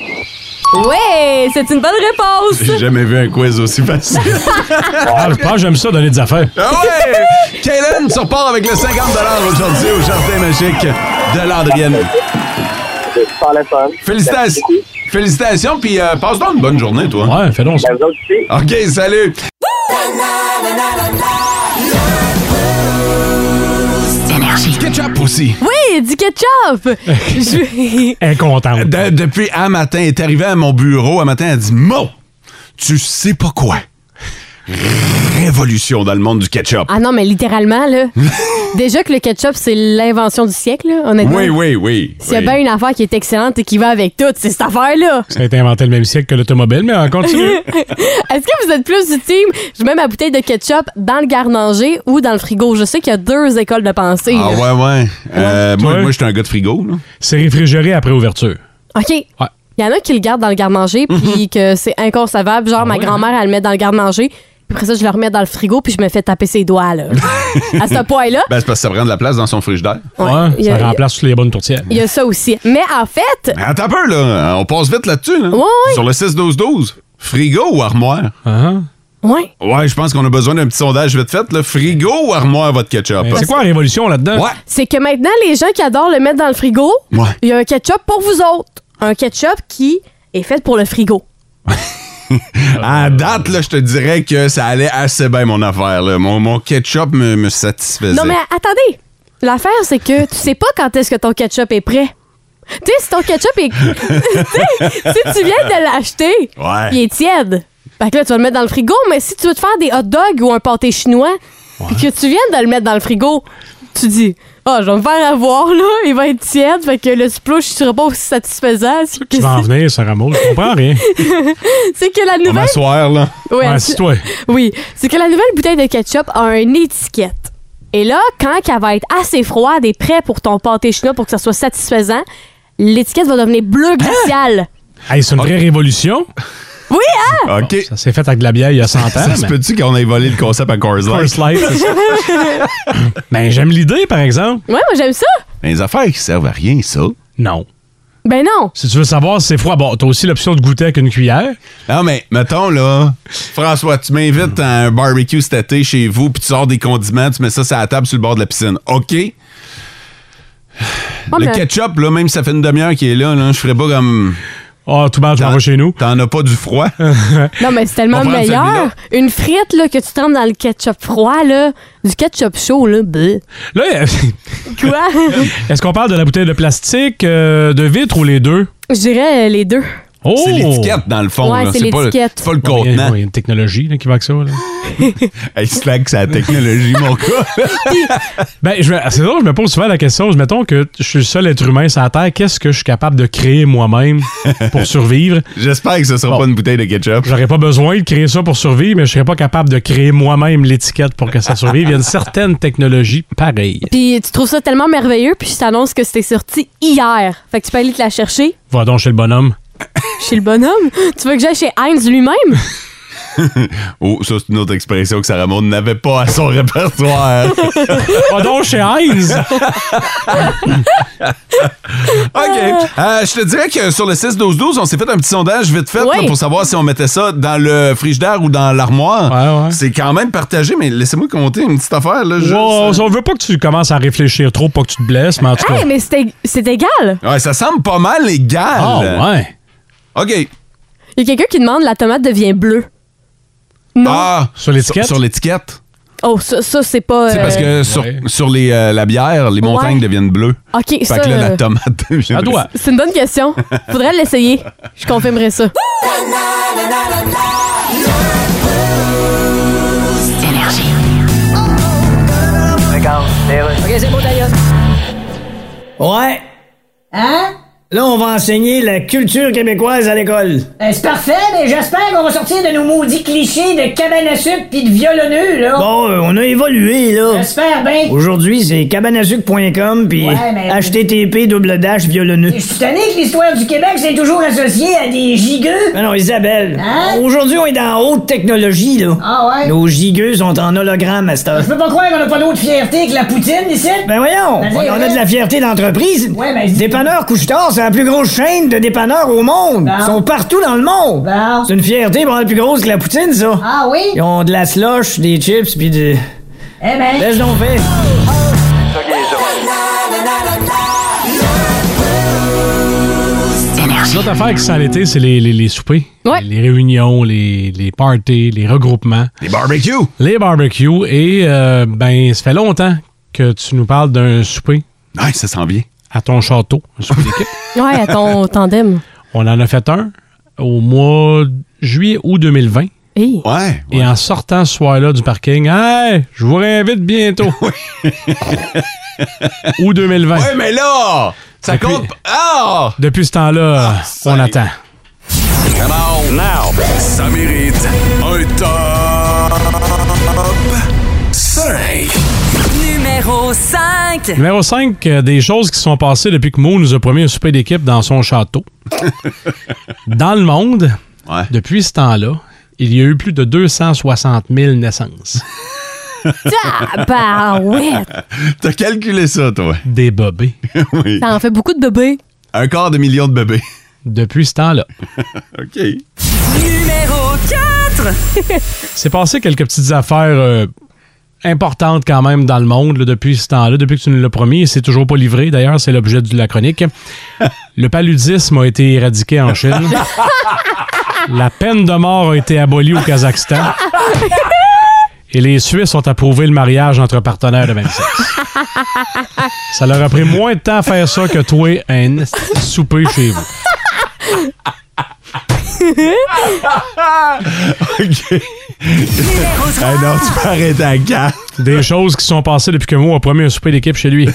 Ouais, c'est une bonne réponse.
J'ai jamais vu un quiz aussi facile.
Ah, je pense que j'aime ça donner des affaires.
ah ouais! Kaylin, tu repars avec le 50 aujourd'hui au Jardin magique de Landrienne.
C'est super le fun.
Félicitations. Félicitations, puis euh, passe donc une bonne journée, toi.
Ouais, fais donc ça.
Ben, vous autres aussi.
OK, salut! Ketchup aussi.
Oui, du ketchup. Je-
Incontente.
De- depuis un matin, elle est arrivée à mon bureau un matin, elle dit Mo, tu sais pas quoi. Révolution dans le monde du ketchup.
Ah non, mais littéralement, là. Déjà que le ketchup, c'est l'invention du siècle, là, honnêtement.
Oui, oui, oui.
S'il y a
oui.
bien une affaire qui est excellente et qui va avec tout, c'est cette affaire-là.
Ça a été inventé le même siècle que l'automobile, mais on continue.
Est-ce que vous êtes plus du team? Je mets ma bouteille de ketchup dans le garde-manger ou dans le frigo. Je sais qu'il y a deux écoles de pensée.
Ah
là.
ouais, ouais. Euh, moi,
Toi?
moi j'étais un gars de frigo. là.
C'est réfrigéré après ouverture.
OK.
Ouais.
Il y en a qui le gardent dans le garde-manger
Mhm.
puis que c'est inconcevable.
Ah
Genre, ma
ouais?
grand-mère,
hein?
elle le met dans le garde-manger. Puis après ça, je le remets dans le frigo puis je me fais taper ses doigts, là. à ce point-là,
Ben, c'est parce que ça prend de la place dans son frigidaire.
Ouais,
il y
ça
a-
remplace toutes les bonnes tourtières.
il y a ça aussi. Mais en fait,
Mais attends un peu, là. On passe vite là-dessus. Là.
Ouais, ouais.
Sur le 6-12-12. Frigo ou armoire?
Ah,
ouais.
Ouais, je pense qu'on a besoin d'un petit sondage vite fait. Là. Frigo ou armoire, votre ketchup?
mais C'est quoi la révolution là-dedans?
Ouais.
C'est que maintenant, les gens qui adorent le mettre dans le frigo, il
Ouais.
y a un ketchup pour vous autres. Un ketchup qui est fait pour le frigo.
Euh,
À date, là, je te dirais que ça allait assez bien, mon affaire. Là. Mon, mon ketchup me, me satisfaisait.
Non, mais attendez. L'affaire, c'est que tu sais pas quand est-ce que ton ketchup est prêt. Tu sais, si ton ketchup est. tu sais, si tu viens de l'acheter,
Ouais.
il est tiède. Fait que là, tu vas le mettre dans le frigo, mais si tu veux te faire des hot dogs ou un pâté chinois, puis que tu viens de le mettre dans le frigo, tu dis. Ah, je vais me faire avoir, là. Il va être tiède. Fait que le splouche sera pas aussi satisfaisant. C'est que,
Tu vas en venir, Sarah Maud. Je comprends rien.
c'est que la
On va
nouvelle.
m'asseoir, là.
Ouais,
Ouais,
tu-
Assis-toi.
Oui, c'est que la nouvelle bouteille de ketchup a une étiquette. Et là, quand elle va être assez froide et prête pour ton pâté chinois pour que ça soit satisfaisant, l'étiquette va devenir bleu
Hein?
glacial.
Hey, c'est une vraie révolution.
Oui, hein?
OK.
Ah, Ça s'est fait avec de la bière il y a 100 ans.
Ça se
mais-
peut-tu qu'on ait volé le concept à Coors Light?
First Light, c'est ça. ben, j'aime l'idée, par exemple.
Ah.
Ouais, moi j'aime ça.
Les affaires qui servent à rien, ça.
Non.
Ben non.
Si tu veux savoir si c'est froid, bon, t'as aussi l'option de goûter avec une cuillère.
Non, mais mettons, là, François, tu m'invites à un barbecue cet été chez vous, puis tu sors des condiments, tu mets ça sur la table sur le bord de la piscine. OK?
Ouais,
le
mais-
ketchup, là, même si ça fait une demi-heure qu'il est là, là je ferais pas comme.
Ah, tout bas, je m'en vais chez nous.
T'en as pas du froid?
Non, mais c'est tellement
On prend
meilleur.
celui-là.
Une frite là, que tu trempes dans le ketchup froid, là, du ketchup chaud, là, bleu.
Là,
Quoi?
est-ce qu'on parle de la bouteille de plastique, euh, de vitre ou les deux?
Je dirais euh, les deux.
Oh!
C'est l'étiquette, dans le fond.
Ouais,
là.
c'est
pas, le-
l'étiquette.
c'est pas le
Ouais, mais,
contenant.
ouais, Il y a une technologie là, qui va avec ça. là.
Hey, slack, c'est la technologie, mon gars.
Ben, je me- c'est drôle, je me pose souvent la question, je- mettons que je suis le seul être humain sur la Terre, qu'est-ce que je suis capable de créer moi-même pour survivre?
J'espère que ce sera
Bon.
pas une bouteille de ketchup.
J'aurais pas besoin de créer ça pour survivre, mais je serais pas capable de créer moi-même l'étiquette pour que ça survive. Il y a une certaine technologie pareille.
Puis tu trouves ça tellement merveilleux, puis je t'annonce que c'était sorti hier. Fait que tu peux aller te la chercher
Va donc chez le bonhomme.
chez le bonhomme. Tu veux que j'aille chez Heinz lui-même?
oh, ça, c'est une autre expression que Sarah Maud n'avait pas à son répertoire.
Pas donc chez Heinz!
OK. Euh, je te dirais que sur le 6-12-12, on s'est fait un petit sondage vite fait
Oui.
là, pour savoir si on mettait ça dans le frigidaire ou dans l'armoire.
Ouais, ouais.
C'est quand même partagé, mais laissez-moi compter une petite affaire. Là, juste.
Wow, on veut pas que tu commences à réfléchir trop, pas que tu te blesses, mais en tout cas.
Hey, Ah, mais c'est c'est égal.
Ouais, ça semble pas mal égal.
Ah, ouais.
OK.
Il y a quelqu'un qui demande la tomate devient bleue. Non.
Ah,
Sur l'étiquette?
Sur, sur l'étiquette.
Oh, ça, ça, c'est pas.
C'est parce
euh,
que sur,
ouais.
sur les, euh, la bière, les montagnes deviennent bleues.
Ok,
Fait
ça.
que là,
euh,
la tomate devient
À toi.
C'est une bonne question. Faudrait l'essayer. Je confirmerai ça.
Ouais.
Hein?
Là, on va enseigner la culture québécoise à l'école.
Ben, c'est parfait, mais j'espère qu'on va sortir de nos maudits clichés de cabane à sucre pis de violonneux, là.
Bon, euh, on a évolué, là.
J'espère bien.
Aujourd'hui, c'est cabanasuc.com puis
Ouais, mais-
http double dash violoneux.
Je suis tanné que l'histoire du Québec, c'est toujours associé à des gigueux.
Ah Non, non, Isabelle.
Hein?
Aujourd'hui, on est dans haute technologie, là.
Ah ouais?
Nos gigueux sont en hologramme à cette heure.
Je peux pas croire qu'on a pas d'autre fierté que la poutine, ici.
Ben voyons,
Ben,
on,
c'est
on a
vrai.
de la fierté d'entreprise.
Ouais, ben, mais-
Dépanneur Couche-Tard, c'est la plus grosse chaîne de dépanneurs au monde.
Bon.
Ils sont partout dans le monde.
Bon.
C'est une fierté pas mal plus grosse que la poutine, ça.
Ah oui?
Ils ont de la slush, des chips, puis de...
Eh ben...
Laisse donc faire.
L'autre affaire qui sent l'été, c'est les, les, les soupers.
Ouais.
Les, les réunions, les, les parties, les regroupements,
Les barbecues.
les barbecues. Et, euh, ben, ça fait longtemps que tu nous parles d'un souper
Ouais, ça s'en vient.
à ton château, un souper d'équipe.
Ouais, à ton tandem.
On en a fait un au mois de juillet août 2020.
Hey.
Ouais.
Et en sortant ce soir-là du parking, hey, je vous réinvite bientôt. Août 2020.
Ouais, mais là, ça
Depuis-
compte. Ah!
Depuis ce temps-là,
ça
on
y est.
attend.
Ça mérite un top 5.
Numéro 5.
Numéro 5, des choses qui sont passées depuis que Mo nous a promis un souper d'équipe dans son château. dans le monde,
Ouais.
depuis ce temps-là, il y a eu plus de 260 000 naissances.
Bah ouais,
T'as calculé ça, toi.
Des bobés.
oui.
t'en fais beaucoup de bébés.
Un quart de million de bébés.
Depuis ce temps-là.
OK.
Numéro 4.
C'est passé quelques petites affaires euh, importantes quand même dans le monde là, depuis ce temps-là, depuis que tu nous l'as promis. et C'est toujours pas livré. D'ailleurs, c'est l'objet de la chronique. Le paludisme a été éradiqué en Chine. La peine de mort a été abolie au Kazakhstan. Et les Suisses ont approuvé le mariage entre partenaires de même sexe. Ça leur a pris moins de temps à faire ça que toi, un souper chez vous.
OK. Hey, Ah non, tu peux arrêter à quatre.
Des choses qui sont passées depuis que Mo a promis un souper d'équipe chez lui.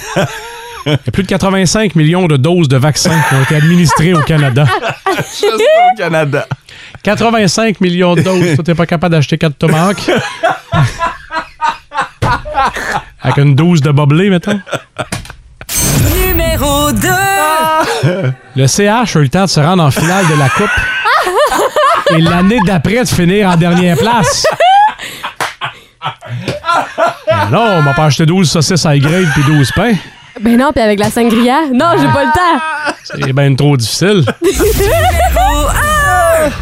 Il y a plus de 85 millions de doses de vaccins qui ont été administrées au Canada.
Juste au Canada.
85 millions de doses. Toi, t'es pas capable d'acheter 4 tomahawks. Avec une dose de boblé, mettons.
Numéro 2.
Le CH a eu le temps de se rendre en finale de la Coupe. Et l'année d'après, de finir en dernière place. Là, on m'a pas acheté 12 saucisses à grade puis 12 pains.
Ben non, puis avec la sangria. Non, j'ai pas le temps.
C'est bien trop difficile.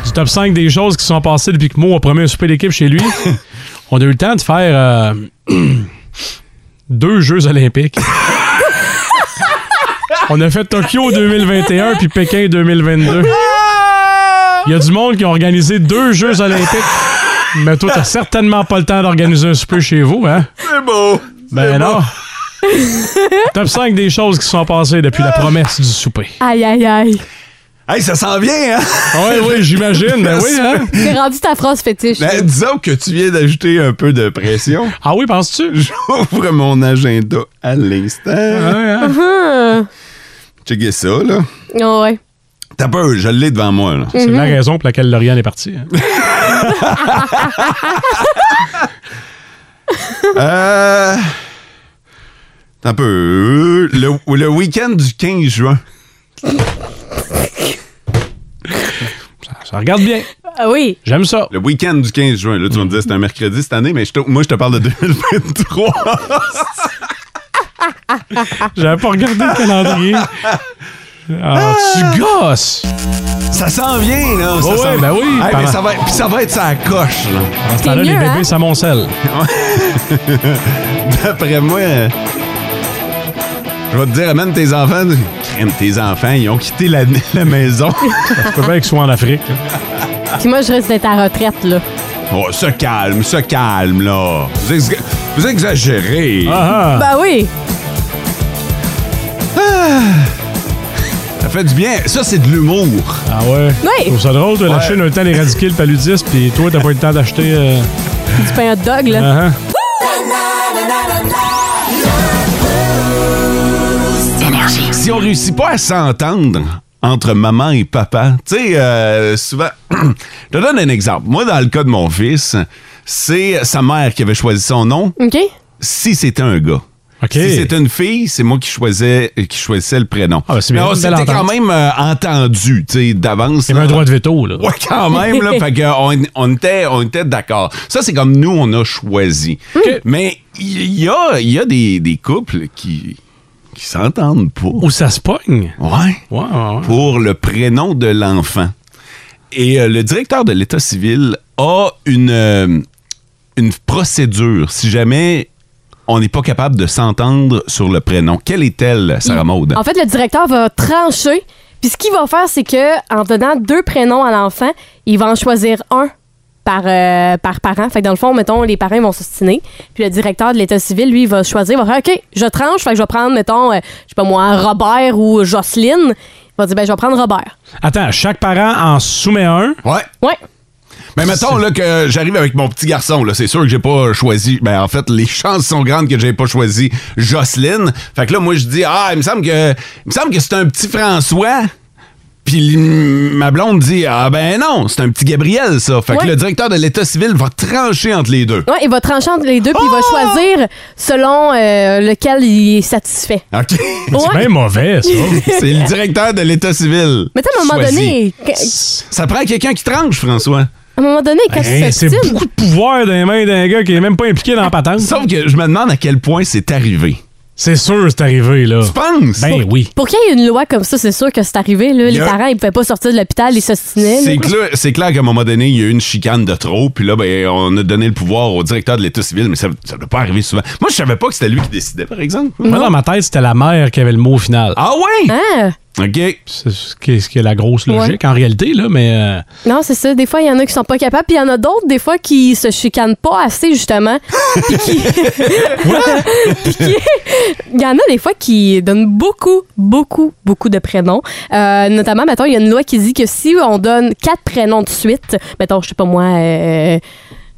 du top 5 des choses qui sont passées depuis que Mo a promis un souper d'équipe chez lui, on a eu le temps de faire euh, deux Jeux olympiques. on a fait Tokyo 2021 puis Pékin 2022. Il y a du monde qui a organisé deux Jeux olympiques. Mais toi, t'as certainement pas le temps d'organiser un souper chez vous, hein?
C'est beau.
Ben non! Top 5 des choses qui sont passées depuis la promesse du souper.
Aïe, aïe, aïe.
Hey, ça s'en vient, hein?
Oui, oui, Ah j'imagine. Ben oui, hein?
T'es rendu ta phrase fétiche.
Ben, disons que tu viens d'ajouter un peu de pression.
Ah oui, penses-tu?
J'ouvre mon agenda à l'instant.
hein.
Hum.
Checker ça, là. Ben-
Oh, ouais.
T'as peur, je l'ai devant moi, là.
Mhm.
C'est la raison pour laquelle Lauriane est partie. hein.
Euh... T'as peu. Le, le week-end du 15 juin.
Ça regarde bien.
Ah oui.
J'aime ça.
Le week-end du 15 juin. Là, tu vas me dire, c'est un mercredi cette année, mais je te- moi, je te parle de 2023.
J'avais pas regardé le calendrier. Ah, tu gosses!
Ça s'en vient, là. ça
Ouais,
s'en-
ben oui,
Hey,
par-
mais ça va, être- puis ça va être sa coche, là.
Dans ce temps-là,
mieux,
les
hein?
bébés s'amoncellent.
D'après moi, euh, je vais te dire, amène tes enfants. Crème, tes enfants, ils ont quitté la, la maison.
Je peux bien qu'ils soient en Afrique. là.
Puis moi, je risque d'être à retraite, là.
oh, se calme, se calme, là. Vous, ex- vous exagérez.
Ah, ah.
Ben oui.
Ça fait du bien. Ça, c'est de l'humour.
Ah ouais.
Oui.
Je trouve ça drôle, toi, la
Ouais.
Chine a eu le temps d'éradiquer le paludisme, puis toi, t'as pas eu le temps d'acheter. euh,
Du pain hot dog, là.
ah, ah.
Si on réussit pas à s'entendre entre maman et papa, tu sais, euh, souvent, je te donne un exemple. Moi, dans le cas de mon fils, c'est sa mère qui avait choisi son nom
OK?
si c'était un gars.
OK.
Si c'était une fille, c'est moi qui choisissais, qui choisissais le prénom.
Ah, ben, c'est bien,
Mais on
une belle
s'était quand
entente.
même euh, entendu, tu sais, d'avance.
Il y avait un
là.
droit de veto, là.
Ouais, quand même, là. fait que, euh, on, on était, on était d'accord. Ça, c'est comme nous, on a choisi. Mais il y a, il y a des, des couples qui, qui s'entendent pas.
Ou ça se pogne.
Ouais
Ouais, ouais, ouais.
pour le prénom de l'enfant. Et euh, le directeur de l'État civil a une, euh, une procédure si jamais on n'est pas capable de s'entendre sur le prénom. Quelle est-elle, Sarah Maude?
Hmm. En fait, le directeur va trancher. Puis ce qu'il va faire, c'est que en donnant deux prénoms à l'enfant, il va en choisir un par, euh, par parent. Fait que dans le fond, mettons, les parents vont s'ostiner. Puis le directeur de l'État civil, lui, va choisir, va faire OK, je tranche, fait que je vais prendre, mettons, euh, je sais pas moi, Robert ou Jocelyne. Il va dire, ben, je vais prendre Robert.
Attends, chaque parent en soumet un.
Ouais.
Ouais.
Mais mettons là, que j'arrive avec mon petit garçon. là, C'est sûr que j'ai pas choisi. Ben, en fait, les chances sont grandes que j'ai pas choisi Jocelyne. Fait que là, moi, je dis Ah, il me semble que. Il me semble que c'est un petit François. Puis l- ma blonde dit Ah ben non, c'est un petit Gabriel, ça. Fait que
Ouais.
le directeur de l'État civil va trancher entre les deux.
Ouais, il va trancher entre les deux, puis il
Oh!
va choisir selon euh, lequel il est satisfait.
OK?
C'est
Ouais.
bien mauvais, ça.
c'est le directeur de l'État civil.
Mais tu sais, à un moment
Choisi.
donné, que-
Ça prend quelqu'un qui tranche, François.
à un moment donné, quand
Hey,
tu
c'est
t'obstines,
beaucoup de pouvoir dans les mains d'un gars qui est même pas impliqué dans la patente.
Sauf que je me demande à quel point c'est arrivé.
C'est sûr, c'est arrivé, là.
Tu penses?
Ben oui.
Pour qu'il y ait une loi comme ça, c'est sûr que c'est arrivé. Là,
Il
les
y a-
parents, ils pouvaient pas sortir de l'hôpital, ils s'ostinaient.
C'est
là.
clair, c'est clair qu'à un moment donné, il y a eu une chicane de trop, puis là, ben, on a donné le pouvoir au directeur de l'État civil, mais ça ne doit pas arriver souvent. Moi, je savais pas que c'était lui qui décidait, par exemple.
Moi, dans ma tête, c'était la mère qui avait le mot au final.
Ah ouais?
Ah,
OK.
C'est ce qui est, ce qui est la grosse logique, en réalité, là, mais... euh,
non, c'est ça. Des fois, il y en a qui sont pas capables, puis il y en a d'autres, des fois, qui se chicanent pas assez, justement. Puis qui- Puis qui- Il y en a des fois qui donnent beaucoup, beaucoup, beaucoup de prénoms. Euh, notamment, mettons, il y a une loi qui dit que si on donne quatre prénoms de suite, mettons, je sais pas moi, euh,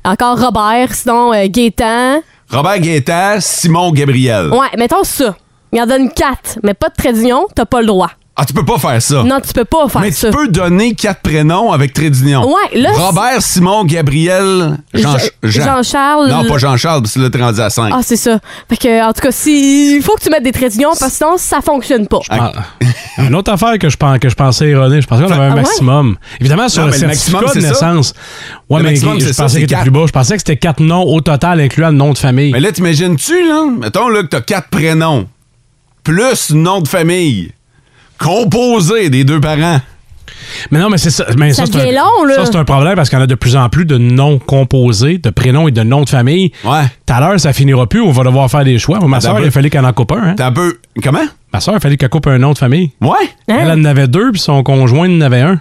encore Robert, sinon euh, Gaétan.
Robert Guetta, Simon Gabriel.
Ouais, mettons ça. Il en donne quatre, mais pas de trait d'union, t'as pas le droit.
Ah, tu peux pas faire ça.
Non, tu peux pas faire
mais tu
ça.
peux donner quatre prénoms avec trait d'union.
Ouais, là,
Robert, Simon, Gabriel, Jean,
Je-
Jean.
Jean-Charles.
Non, pas Jean-Charles, parce que là, t'es rendu à 5.
Ah, c'est ça. Fait que, en tout cas, si, il faut que tu mettes des traits d'union, parce que sinon, ça fonctionne pas.
ah, une autre affaire que je, pense, que je pensais erronée, je pensais qu'on avait un
Ah ouais?
maximum. Évidemment,
Non,
sur le
mais le
certificat
maximum,
de
c'est ça.
naissance. Ouais,
Le
mais
maximum,
je
c'est ça,
pensais
c'est
qu'il était
quatre.
plus bas. Je pensais que c'était quatre noms au total, incluant le nom de famille.
Mais là, t'imagines-tu, là? Mettons là, que t'as quatre prénoms, plus nom de famille, composé des deux parents.
Mais non, mais c'est ça. Mais
Ça
ça, c'est
devient
un-
long, là.
Ça, c'est un problème parce qu'on a de plus en plus de noms composés, de prénoms et de noms de famille.
Ouais.
Tout à l'heure, ça finira plus. On va devoir faire des choix. Moi, Ma
Attends
soeur,
un peu.
il a fallu qu'elle en coupe un. hein.
T'as un peu. Comment?
Ma soeur, il a fallu qu'elle coupe un nom de famille.
Ouais.
Hein?
Elle en avait deux, puis son conjoint en avait un.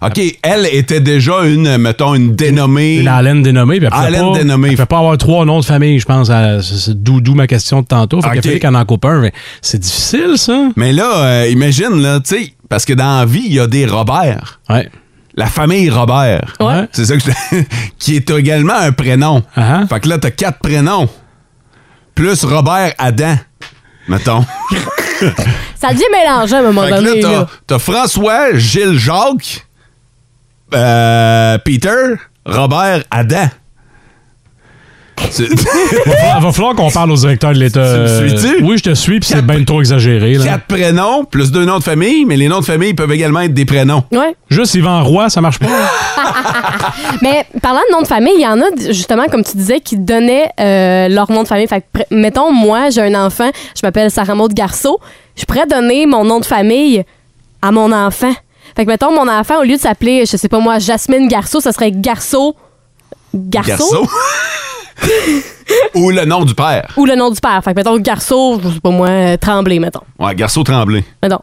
OK, elle était déjà une, mettons, une dénommée.
Une Allen dénommée. Puis elle pouvait
Allen
pas,
dénommée.
Elle pouvait pas avoir trois noms de famille, je pense. à- c'est- c'est D'où d'où ma question de tantôt. Fait qu'il a
Ok.
fallu qu'elle en coupe un. Mais C'est difficile, ça.
Mais là, euh, imagine, là, tu sais, parce que dans la vie, il y a des Robert.
Ouais.
La famille Robert.
Ouais.
C'est ça que je- qui est également un prénom.
Uh-huh.
Fait que là, t'as quatre prénoms. Plus Robert Adam, mettons.
Ça devient mélangeant à un moment
Fait que là,
donné.
t'as-
là.
t'as François, Gilles, Jacques, euh, Peter, Robert, Adam. C'est-
Il va falloir qu'on parle aux directeurs de l'État. euh,
Tu me suis-tu?
Oui, je te suis, puis c'est bien trop exagéré. Là.
Quatre prénoms plus deux noms de famille, mais les noms de famille peuvent également être des prénoms.
Ouais.
Juste Yvan Roy, ça marche pas. hein?
Mais parlant de nom de famille, il y en a, justement, comme tu disais, qui donnaient euh, leur nom de famille. Fait que, pr- mettons, moi, j'ai un enfant, je m'appelle Sarah Maud Garceau. Je pourrais donner mon nom de famille à mon enfant. Fait que, mettons, mon enfant, au lieu de s'appeler, je sais pas moi, Jasmine Garceau, ça serait Garceau. Garceau?
Garceau. Ou le nom du père.
Ou le nom du père. Fait que, mettons, Garceau, je sais pas moi, euh, Tremblay, mettons.
Ouais, Garceau Tremblay.
Mettons.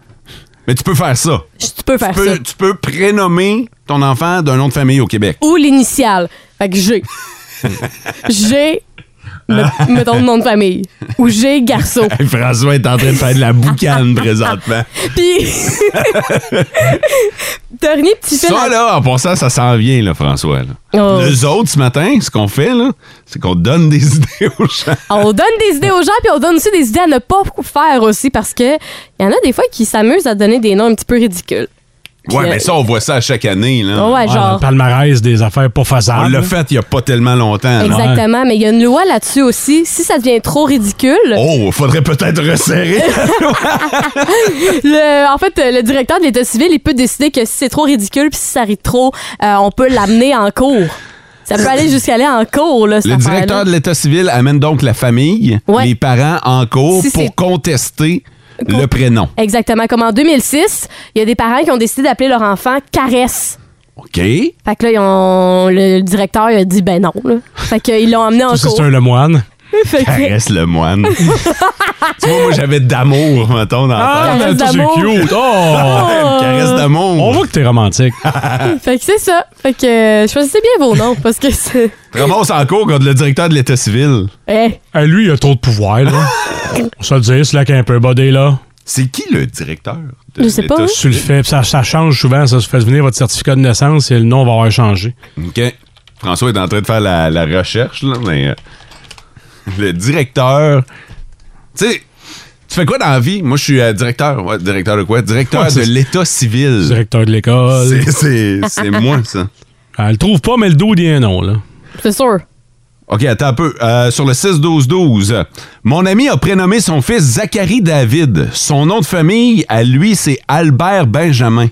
Mais tu peux faire ça.
Je- Tu peux faire
Tu peux,
ça.
tu peux prénommer ton enfant d'un nom de famille au Québec.
Ou l'initiale. Fait que j'ai. j'ai.
Hein?
me- Mettons le nom de famille. Ou j'ai Garceau.
Hey, François est en train de faire de la boucane présentement.
Puis. Dernier petit fait.
Ça, là, en passant, ça s'en vient, là, François. Là.
Oh.
Nous autres, ce matin, ce qu'on fait, là, c'est qu'on donne des idées aux gens.
On donne des idées aux gens, puis on donne aussi des idées à ne pas faire aussi, parce que il y en a des fois qui s'amusent à donner des noms un petit peu ridicules.
Ouais,
euh,
mais ça, on voit ça à chaque année. Là.
Ouais,
Ah, dans le
genre.
palmarès des affaires pas
On
faisables.
l'a fait il n'y a pas tellement longtemps. là.
Exactement, mais il y a une loi là-dessus aussi. Si ça devient trop ridicule,
Oh, faudrait peut-être resserrer.
le, en fait, le directeur de l'État civil, il peut décider que si c'est trop ridicule, puis si ça rit trop, euh, on peut l'amener en cours. Ça peut aller jusqu'à aller en cours, là, cette
Le
affaire-là.
directeur de l'État civil amène donc la famille,
Ouais.
les parents en cours
Si c'est-
pour contester le prénom.
Exactement. Comme en 2006, il y a des parents qui ont décidé d'appeler leur enfant Caresse.
OK?
Fait que là, ils ont- le directeur il a dit ben non. Là. Fait qu'ils l'ont emmené en
Ça,
cours.
c'est un lemoine.
Fait que-
Caresse le moine. tu vois, moi, j'avais d'amour, mettons, dans la
Ah,
Caresse
mais tout, c'est
d'amour.
cute. Oh!
tête. Une Caresse
On
d'amour.
voit que t'es romantique.
fait que c'est ça. Fait que euh, choisissez bien vos noms parce que c'est.
Ramasse en cours contre le directeur de l'État civil.
Eh,
Eh, lui, il a trop de pouvoir, là. On se le dit, c'est là qu'il est un peu bodé, là.
C'est qui le directeur de
Je sais pas,
l'État
hein.
Tu le
civil?
fais, puis ça, ça change souvent. Ça se fait venir votre certificat de naissance et le nom va avoir changé.
OK. François est en train de faire la, la recherche, là, mais euh, le directeur. Tu sais, tu fais quoi dans la vie? Moi, je suis euh, directeur. Ouais, directeur de quoi? Directeur
Ouais,
de
c'est-
l'État civil.
Directeur de l'école. Ah,
C'est- C'est c'est moi, ça.
Elle le trouve pas, mais le dos dit un nom, là.
c'est sûr.
OK, attends un peu. Euh, sur le 6-12-12, mon ami a prénommé son fils Zachary David. Son nom de famille, à lui, c'est Albert Benjamin.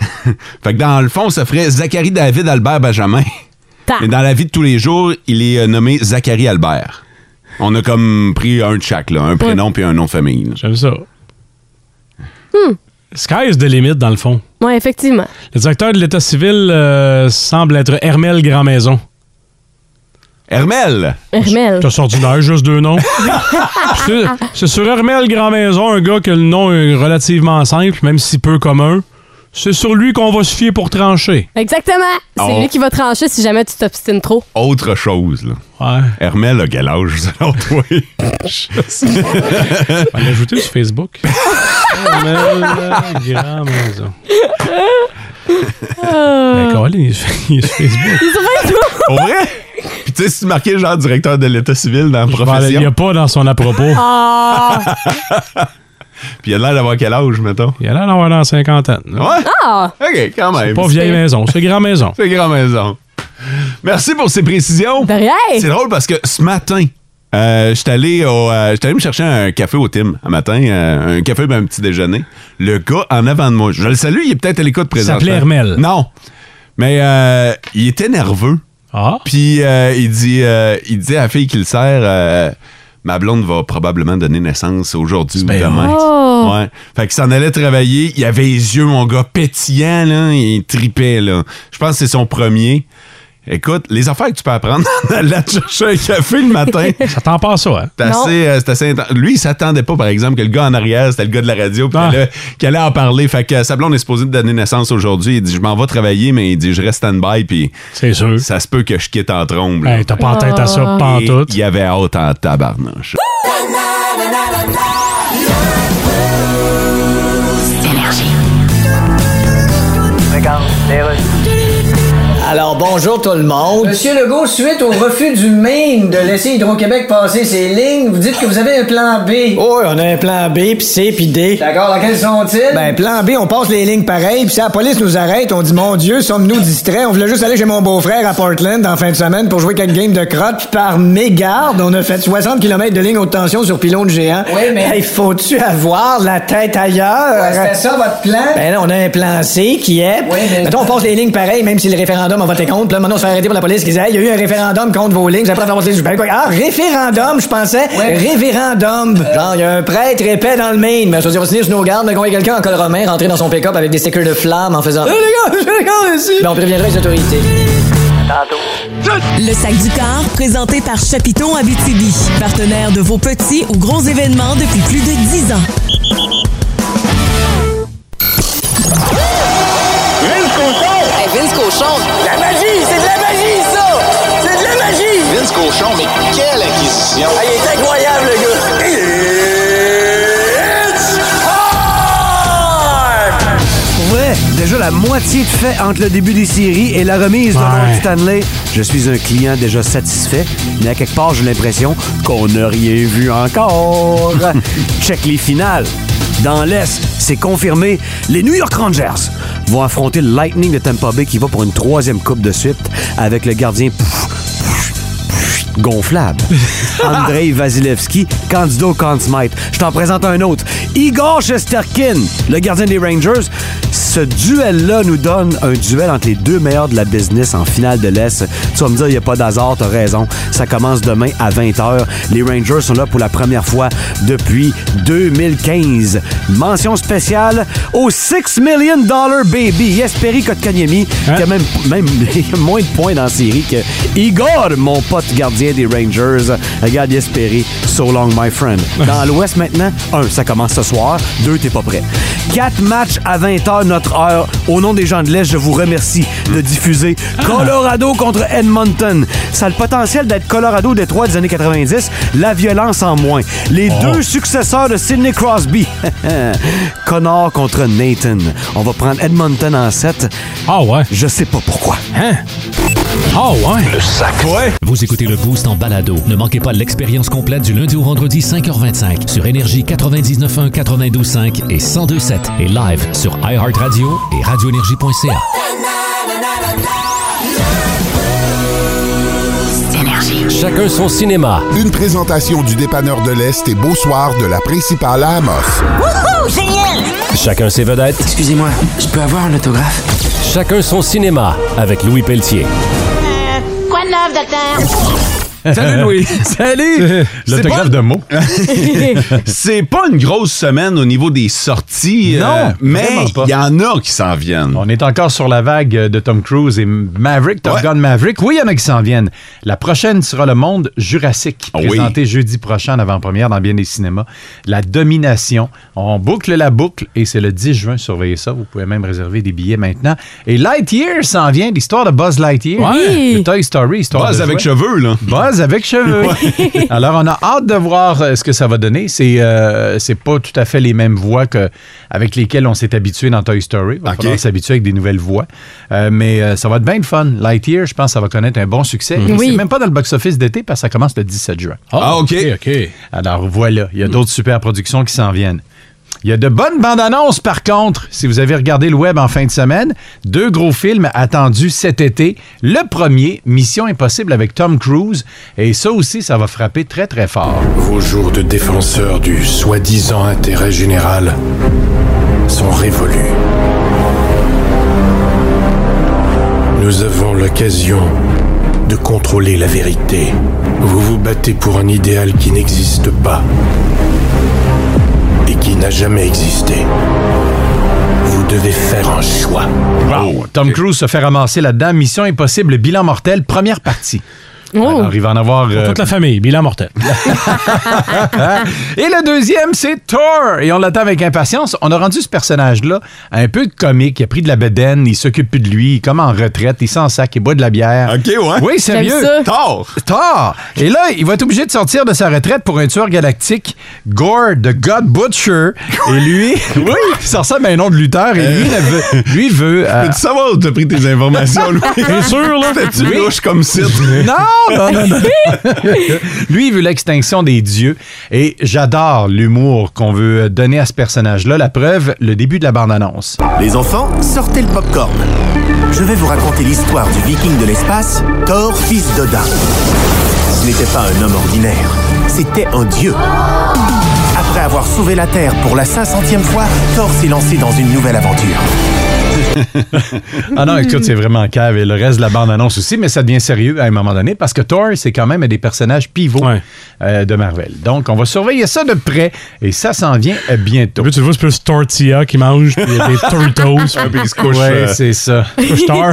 fait que dans le fond, ça ferait Zachary David Albert Benjamin.
Ta.
Mais dans la vie de tous les jours, il est euh, nommé Zachary Albert. On a comme pris un de chaque, là, un prénom puis un nom de famille. là.
J'aime ça. Sky's the limit, dans le fond.
Ouais, effectivement.
Le directeur de l'État civil euh, semble être Hermel Grandmaison.
Hermel!
Hermel.
T'as sorti d'un, juste deux noms. C'est- C'est sur Hermel Grandmaison, un gars que le nom est relativement simple, même si peu commun. C'est sur lui qu'on va se fier pour trancher.
Exactement. C'est
Oh.
lui qui va trancher si jamais tu t'obstines trop.
Autre chose, là.
Ouais.
Hermel a quel âge, selon toi? Je sais pas.
On va l'ajouter sur Facebook. Hermel Grandmaison. Ben, Colin, il est sur- il est sur Facebook.
Pour vrai? Puis tu sais, si tu marquais genre directeur de l'État civil dans la
Ben, Il n'y
profession,
a pas dans son à propos.
Ah!
puis il a l'air d'avoir quel âge, mettons?
Il a l'air d'avoir dans la cinquantaine.
Ouais?
Ah!
OK, quand même.
Pas vieille maison, c'est grand maison.
C'est grand maison. Merci pour ces précisions.
De rien!
C'est drôle parce que ce matin, euh, j'étais allé, au, euh, j'étais allé me chercher un café au Tim un matin, euh, un café ben, un petit déjeuner. Le gars en avant de moi, je le salue, il est peut-être à l'écoute présentement.
s'appelait Hermel.
Non, mais euh, il était nerveux.
Ah,
Puis euh, il dit euh, il dit à la fille qui le sert euh, ma blonde va probablement donner naissance aujourd'hui ou
bien
demain.
vrai. Oh.
Ouais. Fait qu'il s'en allait travailler, il avait les yeux mon gars pétillants là, il tripait là. Je pense que c'est son premier. Écoute, les affaires que tu peux apprendre en allant te chercher un café le matin.
ça t'en passe ça, hein?
C'est
Non.
assez, euh, c'est assez intense. Lui, il s'attendait pas, par exemple, que le gars en arrière, c'était le gars de la radio, puis
Ah.
qu'elle allait- qu'elle allait en parler. Fait que euh, sa blonde est supposée de donner naissance aujourd'hui. Il dit Je m'en vais travailler, mais il dit Je reste stand-by, puis
C'est sûr.
ça se peut que je quitte en trombe. là.
Hey, Ben, T'as pas en tête à ça, pas en
Et
tout.
Il y avait hâte en tabarnouche.
Alors Bonjour tout le monde.
Monsieur Legault, suite au refus du Maine de laisser Hydro-Québec passer ses lignes, vous dites que vous avez un plan B.
Oui, on a un plan B, puis C, puis D.
D'accord, lesquels sont-ils?
Ben, plan B, on passe les lignes pareilles, puis si la police nous arrête, on dit Mon Dieu, sommes-nous distraits? On voulait juste aller chez mon beau-frère à Portland en fin de semaine pour jouer quelques games de crotte, puis par mégarde, on a fait 60 km de ligne haute tension sur pylône géant.
Oui, mais-
Hey, faut-tu avoir la tête ailleurs?
Ouais, c'était ça, votre plan?
Ben là, on a un plan C qui est.
Oui, mais-
Mettons, on passe les lignes pareilles, même si le référendum a voté contre. Puis là, maintenant, on se fait arrêter par la police qui dit, Hey, il y a eu un référendum contre vos lignes, vous avez pas fait passer les quoi. Ah, référendum, je pensais.
Ouais.
Référendum. Genre, il y a un prêtre épais dans le Maine. Mais je veux dire, on va signer sur nos gardes, mais qu'on voit quelqu'un en col romain rentrer dans son pick-up avec des stickers de flamme en faisant. Hey, les gars, les gars, ici. Ben, on préviendra les autorités.
Le sac du corps, présenté par Chapiton Abitibi, partenaire de vos petits ou gros événements depuis plus de 10 ans.
Vince Cochon! Vince Cochon! La magie! C'est de la magie, ça! C'est de la magie! Vince Cochon, mais quelle acquisition! Ah, il est incroyable, le gars! It's hard!
Pour vrai, déjà la moitié de fait entre le début des séries et la remise de Lord Stanley. Je suis un client déjà satisfait, mais à quelque part, j'ai l'impression qu'on n'a rien vu encore. Check les finales. Dans l'Est, c'est confirmé, les New York Rangers vont affronter le Lightning de Tampa Bay qui va pour une troisième coupe de suite avec le gardien pouf, pouf, pouf, gonflable. Andrei Vasilevski, candidat au Conn Smythe. Je t'en présente un autre. Igor Shesterkin, le gardien des Rangers. Ce duel-là nous donne un duel entre les deux meilleurs de la business en finale de l'Est. Tu vas me dire, il n'y a pas d'hasard, t'as raison. Ça commence demain à 20h. Les Rangers sont là pour la première fois depuis 2015. Mention spéciale au 6 million dollar baby, Jesperi Kotkaniemi, qui a même, même moins de points dans la série que Igor, mon pote gardien des Rangers. Regarde Jesperi, so long my friend. Dans l'Ouest maintenant, un, ça commence ce soir, deux, t'es pas prêt. Quatre matchs à 20h notre heure. Au nom des gens de l'Est, je vous remercie de diffuser Colorado contre Edmonton. Ça a le potentiel d'être Colorado Détroit des années 90, la violence en moins. Les deux successeurs de Sidney Crosby. Connor contre Nathan. On va prendre Edmonton en 7.
Ah ouais?
Je sais pas pourquoi.
Hein? Ah ouais?
Le sac. Vous écoutez le Boost en balado. Ne manquez pas l'expérience complète du lundi au vendredi 5h25 sur Énergie 99.1, 92.5 et 102.7 et live sur iHeartRadio et radioénergie.ca.
Chacun son cinéma. Une présentation du dépanneur de l'Est et beau soir de la principale à Amos.
Wouhou! Génial!
Chacun ses vedettes. Excusez-moi, je peux avoir un autographe? Chacun son cinéma avec Louis Pelletier.
Quoi de neuf, docteur?
Salut Louis. Salut.
L'autographe
de mots. c'est pas une grosse semaine au niveau des sorties.
Non,
euh, mais
vraiment pas.
il y en a qui s'en viennent.
On est encore sur la vague euh, de Tom Cruise et Maverick, Top Gun Maverick. Oui, il y en a qui s'en viennent. La prochaine sera Le Monde Jurassique,
Ah
oui.
présentée jeudi prochain en avant-première dans bien des cinémas. La domination. On boucle la boucle et c'est le 10 juin. Surveillez ça. Vous pouvez même réserver des billets maintenant. Et Lightyear s'en vient. L'histoire de Buzz Lightyear.
Oui.
De Toy Story. Histoire
Buzz
de
avec
jouets.
cheveux, là.
Buzz avec cheveux. Alors, on a hâte de voir euh, ce que ça va donner. C'est euh, c'est pas tout à fait les mêmes voix que, avec lesquelles on s'est habitué dans Toy Story. Il va
OK.
falloir s'habituer avec des nouvelles voix. Euh, mais euh, ça va être bien le fun. Lightyear, je pense que ça va connaître un bon succès.
Mm.
Et
Oui.
C'est même pas dans le box-office d'été parce que ça commence le 17 juin.
Ah, OK.
OK. Alors, voilà. Il y a d'autres super productions qui s'en viennent. Il y a de bonnes bandes annonces, par contre, si vous avez regardé le web en fin de semaine. Deux gros films attendus cet été. Le premier, Mission Impossible avec Tom Cruise. Et ça aussi, ça va frapper très, très fort.
Vos jours de défenseur du soi-disant intérêt général sont révolus. Nous avons l'occasion de contrôler la vérité. Vous vous battez pour un idéal qui n'existe pas et qui n'a jamais existé. Vous devez faire un choix.
Wow! Tom Cruise se fait ramasser là-dedans. Mission Impossible, bilan mortel, première partie.
Oh,
Alors, il va en avoir. euh,
Toute la famille, bilan mortel.
Et le deuxième, c'est Thor. Et on l'attend avec impatience. On a rendu ce personnage-là un peu comique. Il a pris de la bedaine, il s'occupe plus de lui, il est comme en retraite, il s'en sac, il boit de la bière. OK,
ouais.
Oui, sérieux.
J'aime ça.
Thor. Thor. Et là, il va être obligé de sortir de sa retraite pour un tueur galactique, Gore, the God Butcher. Et lui, oui, ça ressemble à un nom de lutteur. Et lui, il veut. Lui veut
Peux-tu savoir où t'as pris tes informations, Louis?
T'es sûr, là?
T'es-tu
Oui.
louche comme site?
Non, non, non, non. Lui, il veut l'extinction des dieux. Et j'adore l'humour qu'on veut donner à ce personnage-là. La preuve, le début de la bande-annonce.
Les enfants, sortez le popcorn. Je vais vous raconter l'histoire du viking de l'espace, Thor, fils d'Odin. Ce n'était pas un homme ordinaire, c'était un dieu. Après avoir sauvé la Terre pour la 500e fois, Thor s'est lancé dans une nouvelle aventure.
Ah non, écoute, c'est vraiment cave. Et le reste de la bande-annonce aussi, mais ça devient sérieux à un moment donné parce que Thor, c'est quand même un des personnages pivots euh, de Marvel. Donc, on va surveiller ça de près et ça s'en vient euh, bientôt.
tu vois, c'est plus tortilla qui mange, puis il y a des Doritos.
Ouais, puis il se couche, euh, c'est ça.
Couche Thor.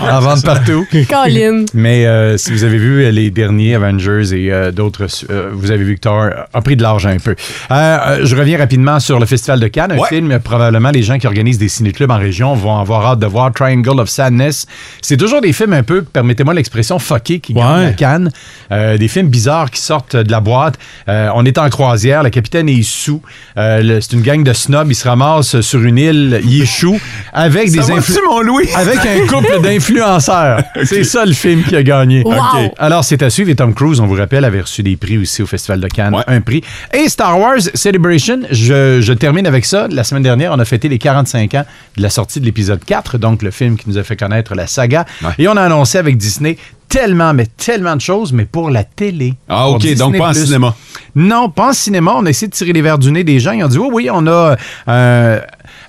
en vente partout.
Colin.
Mais euh, si vous avez vu euh, les derniers Avengers et euh, d'autres, euh, vous avez vu que Thor a pris de l'argent un peu. Euh, euh, je reviens rapidement sur le Festival de Cannes, un film, probablement les gens qui organisent des ciné-clubs en région vont avoir hâte de voir Triangle of Sadness. C'est toujours des films un peu, permettez-moi l'expression, fuckés qui gagnent à Cannes. Euh, des films bizarres qui sortent de la boîte. Euh, on est en croisière, le capitaine est sous. Euh, le- c'est une gang de snobs, ils se ramassent sur une île, ils échouent avec des
Ça va-tu,
influ-
mon Louis?
avec un couple d'influenceurs. C'est ça le film qui a gagné.
Wow. OK.
Alors, c'est à suivre. Et Tom Cruise, on vous rappelle, avait reçu des prix aussi au Festival de Cannes. Un prix. Et Star Wars Celebration, je, je termine avec ça. La semaine dernière, on a fêté les 45 ans de la sortie de l'épisode 4, donc le film qui nous a fait connaître la saga. Et on a annoncé avec Disney tellement, mais tellement de choses, mais pour la télé.
Ah,
Pour
OK, donc
Disney+.
pas en cinéma.
Non, pas en cinéma. On a essayé de tirer les verres du nez des gens. Ils ont dit oui, oui, on a euh,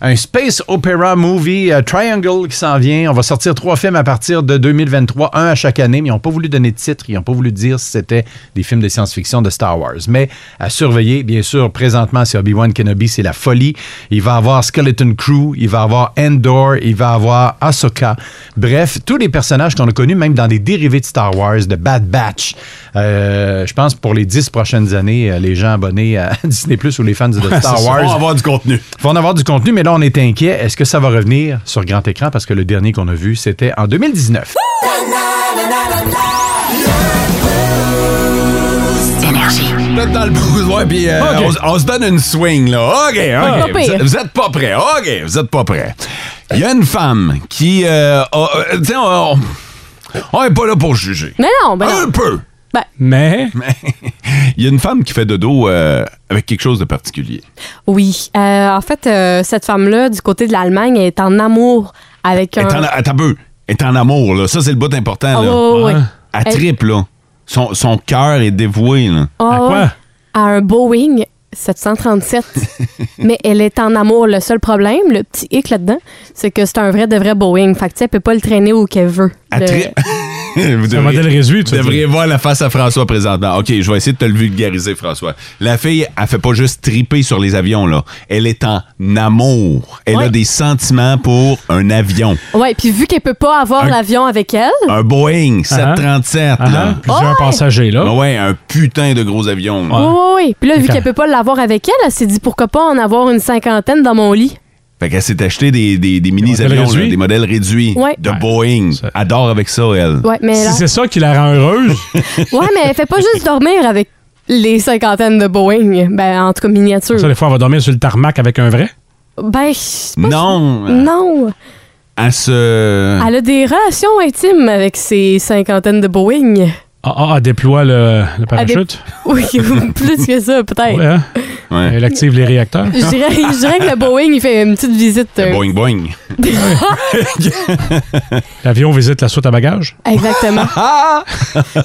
un Space Opera Movie euh, Triangle qui s'en vient. On va sortir trois films à partir de 2023, un à chaque année, mais ils n'ont pas voulu donner de titre. Ils n'ont pas voulu dire si c'était des films de science-fiction de Star Wars. Mais à surveiller, bien sûr, présentement, c'est Obi-Wan Kenobi, c'est la folie. Il va avoir Skeleton Crew, il va avoir Endor, il va avoir Ahsoka. Bref, tous les personnages qu'on a connus, même dans des dérivés de Star Wars, de Bad Batch. Euh, je pense pour les dix prochaines années, euh, les gens abonnés à Disney Plus ou les fans de
Ouais, c'est
Star
ça,
Wars
vont avoir du contenu.
vont en avoir du contenu, mais là, on est inquiet. Est-ce que ça va revenir sur grand écran? Parce que le dernier qu'on a vu, c'était en 2019.
Énergie. dans le blues, ouais, puis euh,
OK.
on s- on, se donne une swing, là. OK, hein. OK.
Ah, pas
Vous,
pire.
êtes- vous êtes pas prêts. OK, vous êtes pas prêts. Il y a une femme qui... Euh, a- euh, tu sais, on- on n'est pas là pour juger.
Mais non, ben non.
Un peu.
Ben,
Mais...
Il y a une femme qui fait dodo euh, avec quelque chose de particulier.
oui. Euh, en fait, euh, cette femme-là, du côté de l'Allemagne, elle est en amour avec
Elle
un...
est en, attends un peu. Elle est en amour, là. Ça, c'est le bout important,
Ah,
là.
ouais, ouais, ouais.
Elle
Elle-
tripe, là. Son, son cœur est dévoué, là.
Oh, ouais. À un Boeing 737. Mais elle est en amour. Le seul problème, le petit hic là-dedans, c'est que c'est un vrai de vrai Boeing. Fait que, tu sais, elle peut pas le traîner où qu'elle veut. Le-
Vous devriez,
modèle réduit, tu
vous
veux
devriez voir la face à François présentement. OK, je vais essayer de te le vulgariser, François. La fille, elle fait pas juste triper sur les avions, là. Elle est en amour. Elle a des sentiments pour un avion.
Ouais, puis vu qu'elle peut pas avoir
Un-
l'avion avec elle,
Un
Uh-huh.
Boeing
uh-huh.
737, là.
Plusieurs passagers, là.
Ben ouais, un putain de gros avion. là.
Oui, oui, oui. Puis là, vu
Quand-
qu'elle peut pas l'avoir avec elle, elle s'est dit pourquoi pas en avoir une cinquantaine dans mon lit.
Fait qu'elle s'est acheté des, des, des mini-avions,
réduits.
là, des modèles réduits
Ouais.
de Boeing. Adore avec ça, elle.
Ouais, mais là-
Si c'est ça qui la rend heureuse,
Ouais, mais elle fait pas juste dormir avec les cinquantaines de Boeing. Ben, en tout cas, miniature.
ça, des fois, on va dormir sur le tarmac avec un vrai.
Ben, je sais pas
Non,
si- Non.
elle se...
Elle a des relations intimes avec ces cinquantaines de Boeing.
Ah, ah, elle déploie le, le
Elle dé-
parachute.
Oui, plus que ça, peut-être.
Ouais, hein? Elle active les réacteurs.
Je dirais, je dirais que le Boeing, il fait une petite visite. euh,
Boeing, boing.
L'avion visite la soute à bagages.
Exactement.
Ah!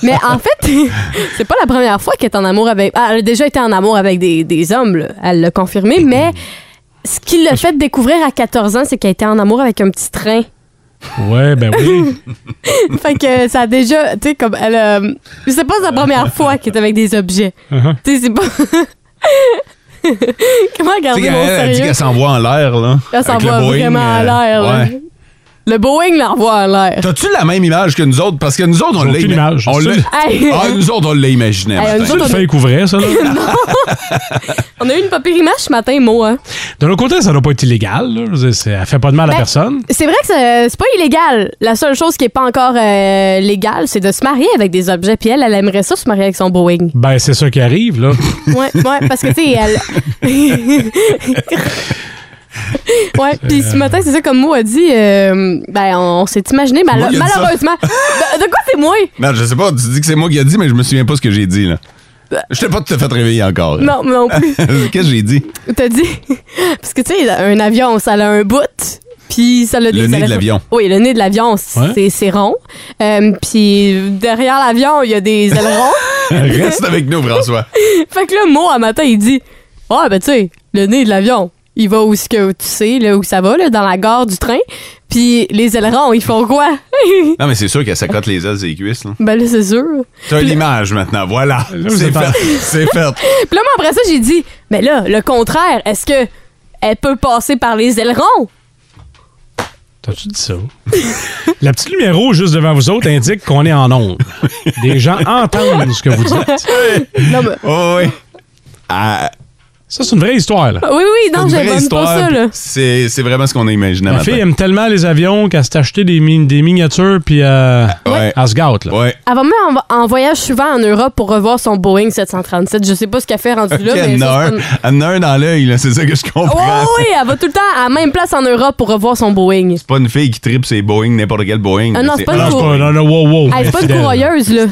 Mais en fait, c'est pas la première fois qu'elle est en amour avec. ah, elle a déjà été en amour avec des, des hommes, là. elle l'a
Mm-hmm.
confirmé, mais ce qui l'a fait découvrir à 14 ans, c'est qu'elle était en amour avec un petit train.
Ouais, ben oui.
fait que ça a déjà. Tu sais, comme elle. a- c'est pas sa première fois qu'elle est avec des objets.
Uh-huh.
Tu sais, c'est pas. Comment
Tu sais,
garder
elle,
mon
elle dit
sérieux?
qu'elle s'envoie en l'air, là.
Elle s'en
avec le
va
Boeing,
vraiment à
euh,
l'air. là.
ouais.
Le Boeing l'envoie en l'air.
T'as-tu la même image que nous autres? Parce que nous autres, on l'a
aucune
ima-
image.
on l'a-
Hey.
Ah, nous autres, on l'a imaginé.
Hey, nous
matin.
autres, on a- C'est le fake ou vrai, ça, là? On a eu une pas pire image ce matin, moi. hein.
De l'autre côté, ça doit pas être illégal. Là. Je veux dire, c'est- Elle fait pas de mal à
Ben,
personne.
C'est vrai que ça- c'est pas illégal. La seule chose qui est pas encore euh, légale, c'est de se marier avec des objets. Puis elle, elle aimerait ça se marier avec son Boeing.
Ben, c'est ça qui arrive, là.
Ouais, ouais, parce que tu sais, elle. ouais, puis ce matin, c'est ça comme Mo a dit. euh, ben, on, on s'est imaginé, mal-
Moi qui ai dit ça.
malheureusement. de, de quoi c'est moi?
Non, je sais pas, tu dis que c'est moi qui ai dit, mais je me souviens pas ce que j'ai dit, là. Je t'ai pas tout à fait réveillé encore. là.
Non, non plus.
Qu'est-ce que j'ai dit?
T'as dit. Parce que, tu sais, un avion, ça a un bout. Puis ça a des
nez de
ailes-
l'avion.
Oui, le nez de l'avion, c'est
Ouais.
c'est rond. Euh, puis derrière l'avion, il y a des ailerons.
Reste avec nous, François.
fait que là, moi, un matin, il dit Ah, ben, tu sais, le nez de l'avion, il va où, ce que, tu sais, là, où ça va, là, dans la gare du train. Puis les ailerons, ils font quoi?
Non, mais c'est sûr qu'elle s'accote les ailes et les cuisses, là.
ben là, c'est sûr.
T'as l'image maintenant, voilà. C'est fait. C'est fait.
Puis là, moi, après ça, j'ai dit, mais là, le contraire, est-ce que elle peut passer par les ailerons?
T'as-tu dit ça? La petite lumière rouge juste devant vous autres indique qu'on est en onde. Des gens entendent ce que vous dites.
Non, mais-
oui.
Ça, c'est une vraie histoire, là.
Oui, oui, non,
Une vraie
j'aime pas
histoire,
ça, là.
puis C'est c'est vraiment ce qu'on a imaginé
Ma
matin.
fille aime tellement les avions qu'elle s'est acheté des, mi- des miniatures, puis euh, elle se gâte, là.
Ah, Ouais.
Elle va même en, va- en voyage souvent en Europe pour revoir son Boeing 737. Je sais pas ce qu'elle fait rendu
Ok,
là, mais
elle en a
ça,
un,
c'est pas une-
elle en a un dans l'œil, là, c'est ça que je comprends.
Oh, oui, elle va tout le temps à la même place en Europe pour revoir son Boeing.
C'est pas une fille qui tripe ses Boeing, n'importe quel Boeing.
Ah non, c'est pas une
Ah
cour-
Non, non, wow, wow.
Elle est pas une
fidèle.
courroyeuse, là.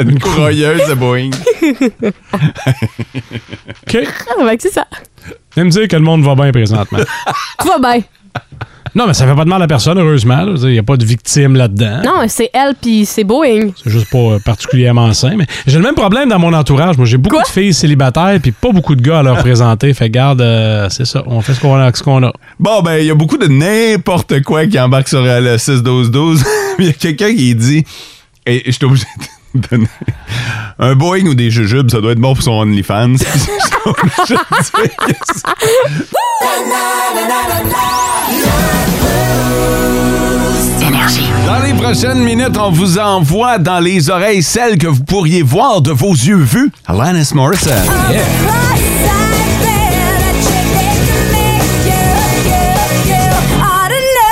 une courroyeuse de Boeing.
OK.
Ah, ben, c'est ça.
Venez me dire que le monde va bien présentement.
Tout va bien.
non, mais ça fait pas de mal à personne, heureusement. là. Je veux dire, Il n'y a pas de victime là-dedans.
Non, c'est elle puis c'est Boeing.
C'est juste pas euh, particulièrement sain. Mais j'ai le même problème dans mon entourage. Moi, j'ai beaucoup de filles célibataires puis pas beaucoup de gars à
Ah.
leur présenter. Fait garde, euh, c'est ça. On fait ce qu'on a. avec Ce qu'on a.
Bon, ben, il y a beaucoup de n'importe quoi qui embarque sur euh, le 6-12-12. Il y a quelqu'un qui dit, et je suis obligé de donner un Boeing ou des jujubes, ça doit être bon pour son OnlyFans. J'étais obligé de dire que ça- Dans les prochaines minutes, on vous envoie dans les oreilles celles que vous pourriez voir de vos yeux vus. Alanis Morissette.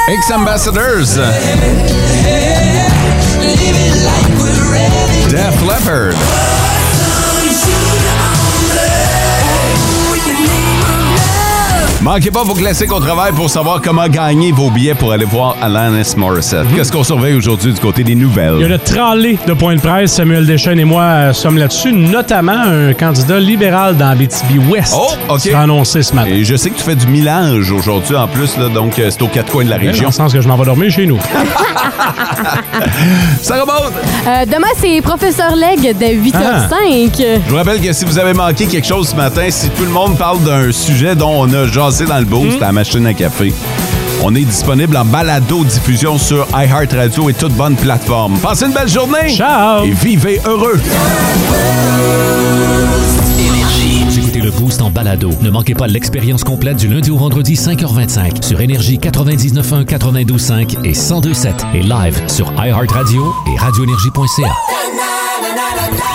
Ex-Ambassadors. Def Leppard. Manquez pas vos classiques au travail pour savoir comment gagner vos billets pour aller voir Alanis Morissette.
Mhm.
Qu'est-ce qu'on surveille aujourd'hui du côté des nouvelles?
Il y a le tralé de point de presse. Samuel Deschênes et moi euh, sommes là-dessus, notamment un candidat libéral dans BTB-Ouest.
Oh, OK.
annoncé ce matin.
Et je sais que tu fais du millage aujourd'hui en plus, là, donc euh, c'est aux quatre coins de la
Dans
région.
le sens que je m'en vais dormir chez nous.
Ça remonte!
Euh, demain, c'est Professeur Leg de 8h05.
Je vous rappelle que si vous avez manqué quelque chose ce matin, si tout le monde parle d'un sujet dont on a jasé dans le boost à la machine à café, on est disponible en balado-diffusion sur iHeartRadio et toute bonne plateforme. Passez une belle journée! Ciao! Et vivez heureux!
Vous écoutez le Boost en balado. Ne manquez pas l'expérience complète du lundi au vendredi 5h25 sur Énergie 99.1, 92.5 et 102.7 et live sur iHeartRadio et radioénergie.ca.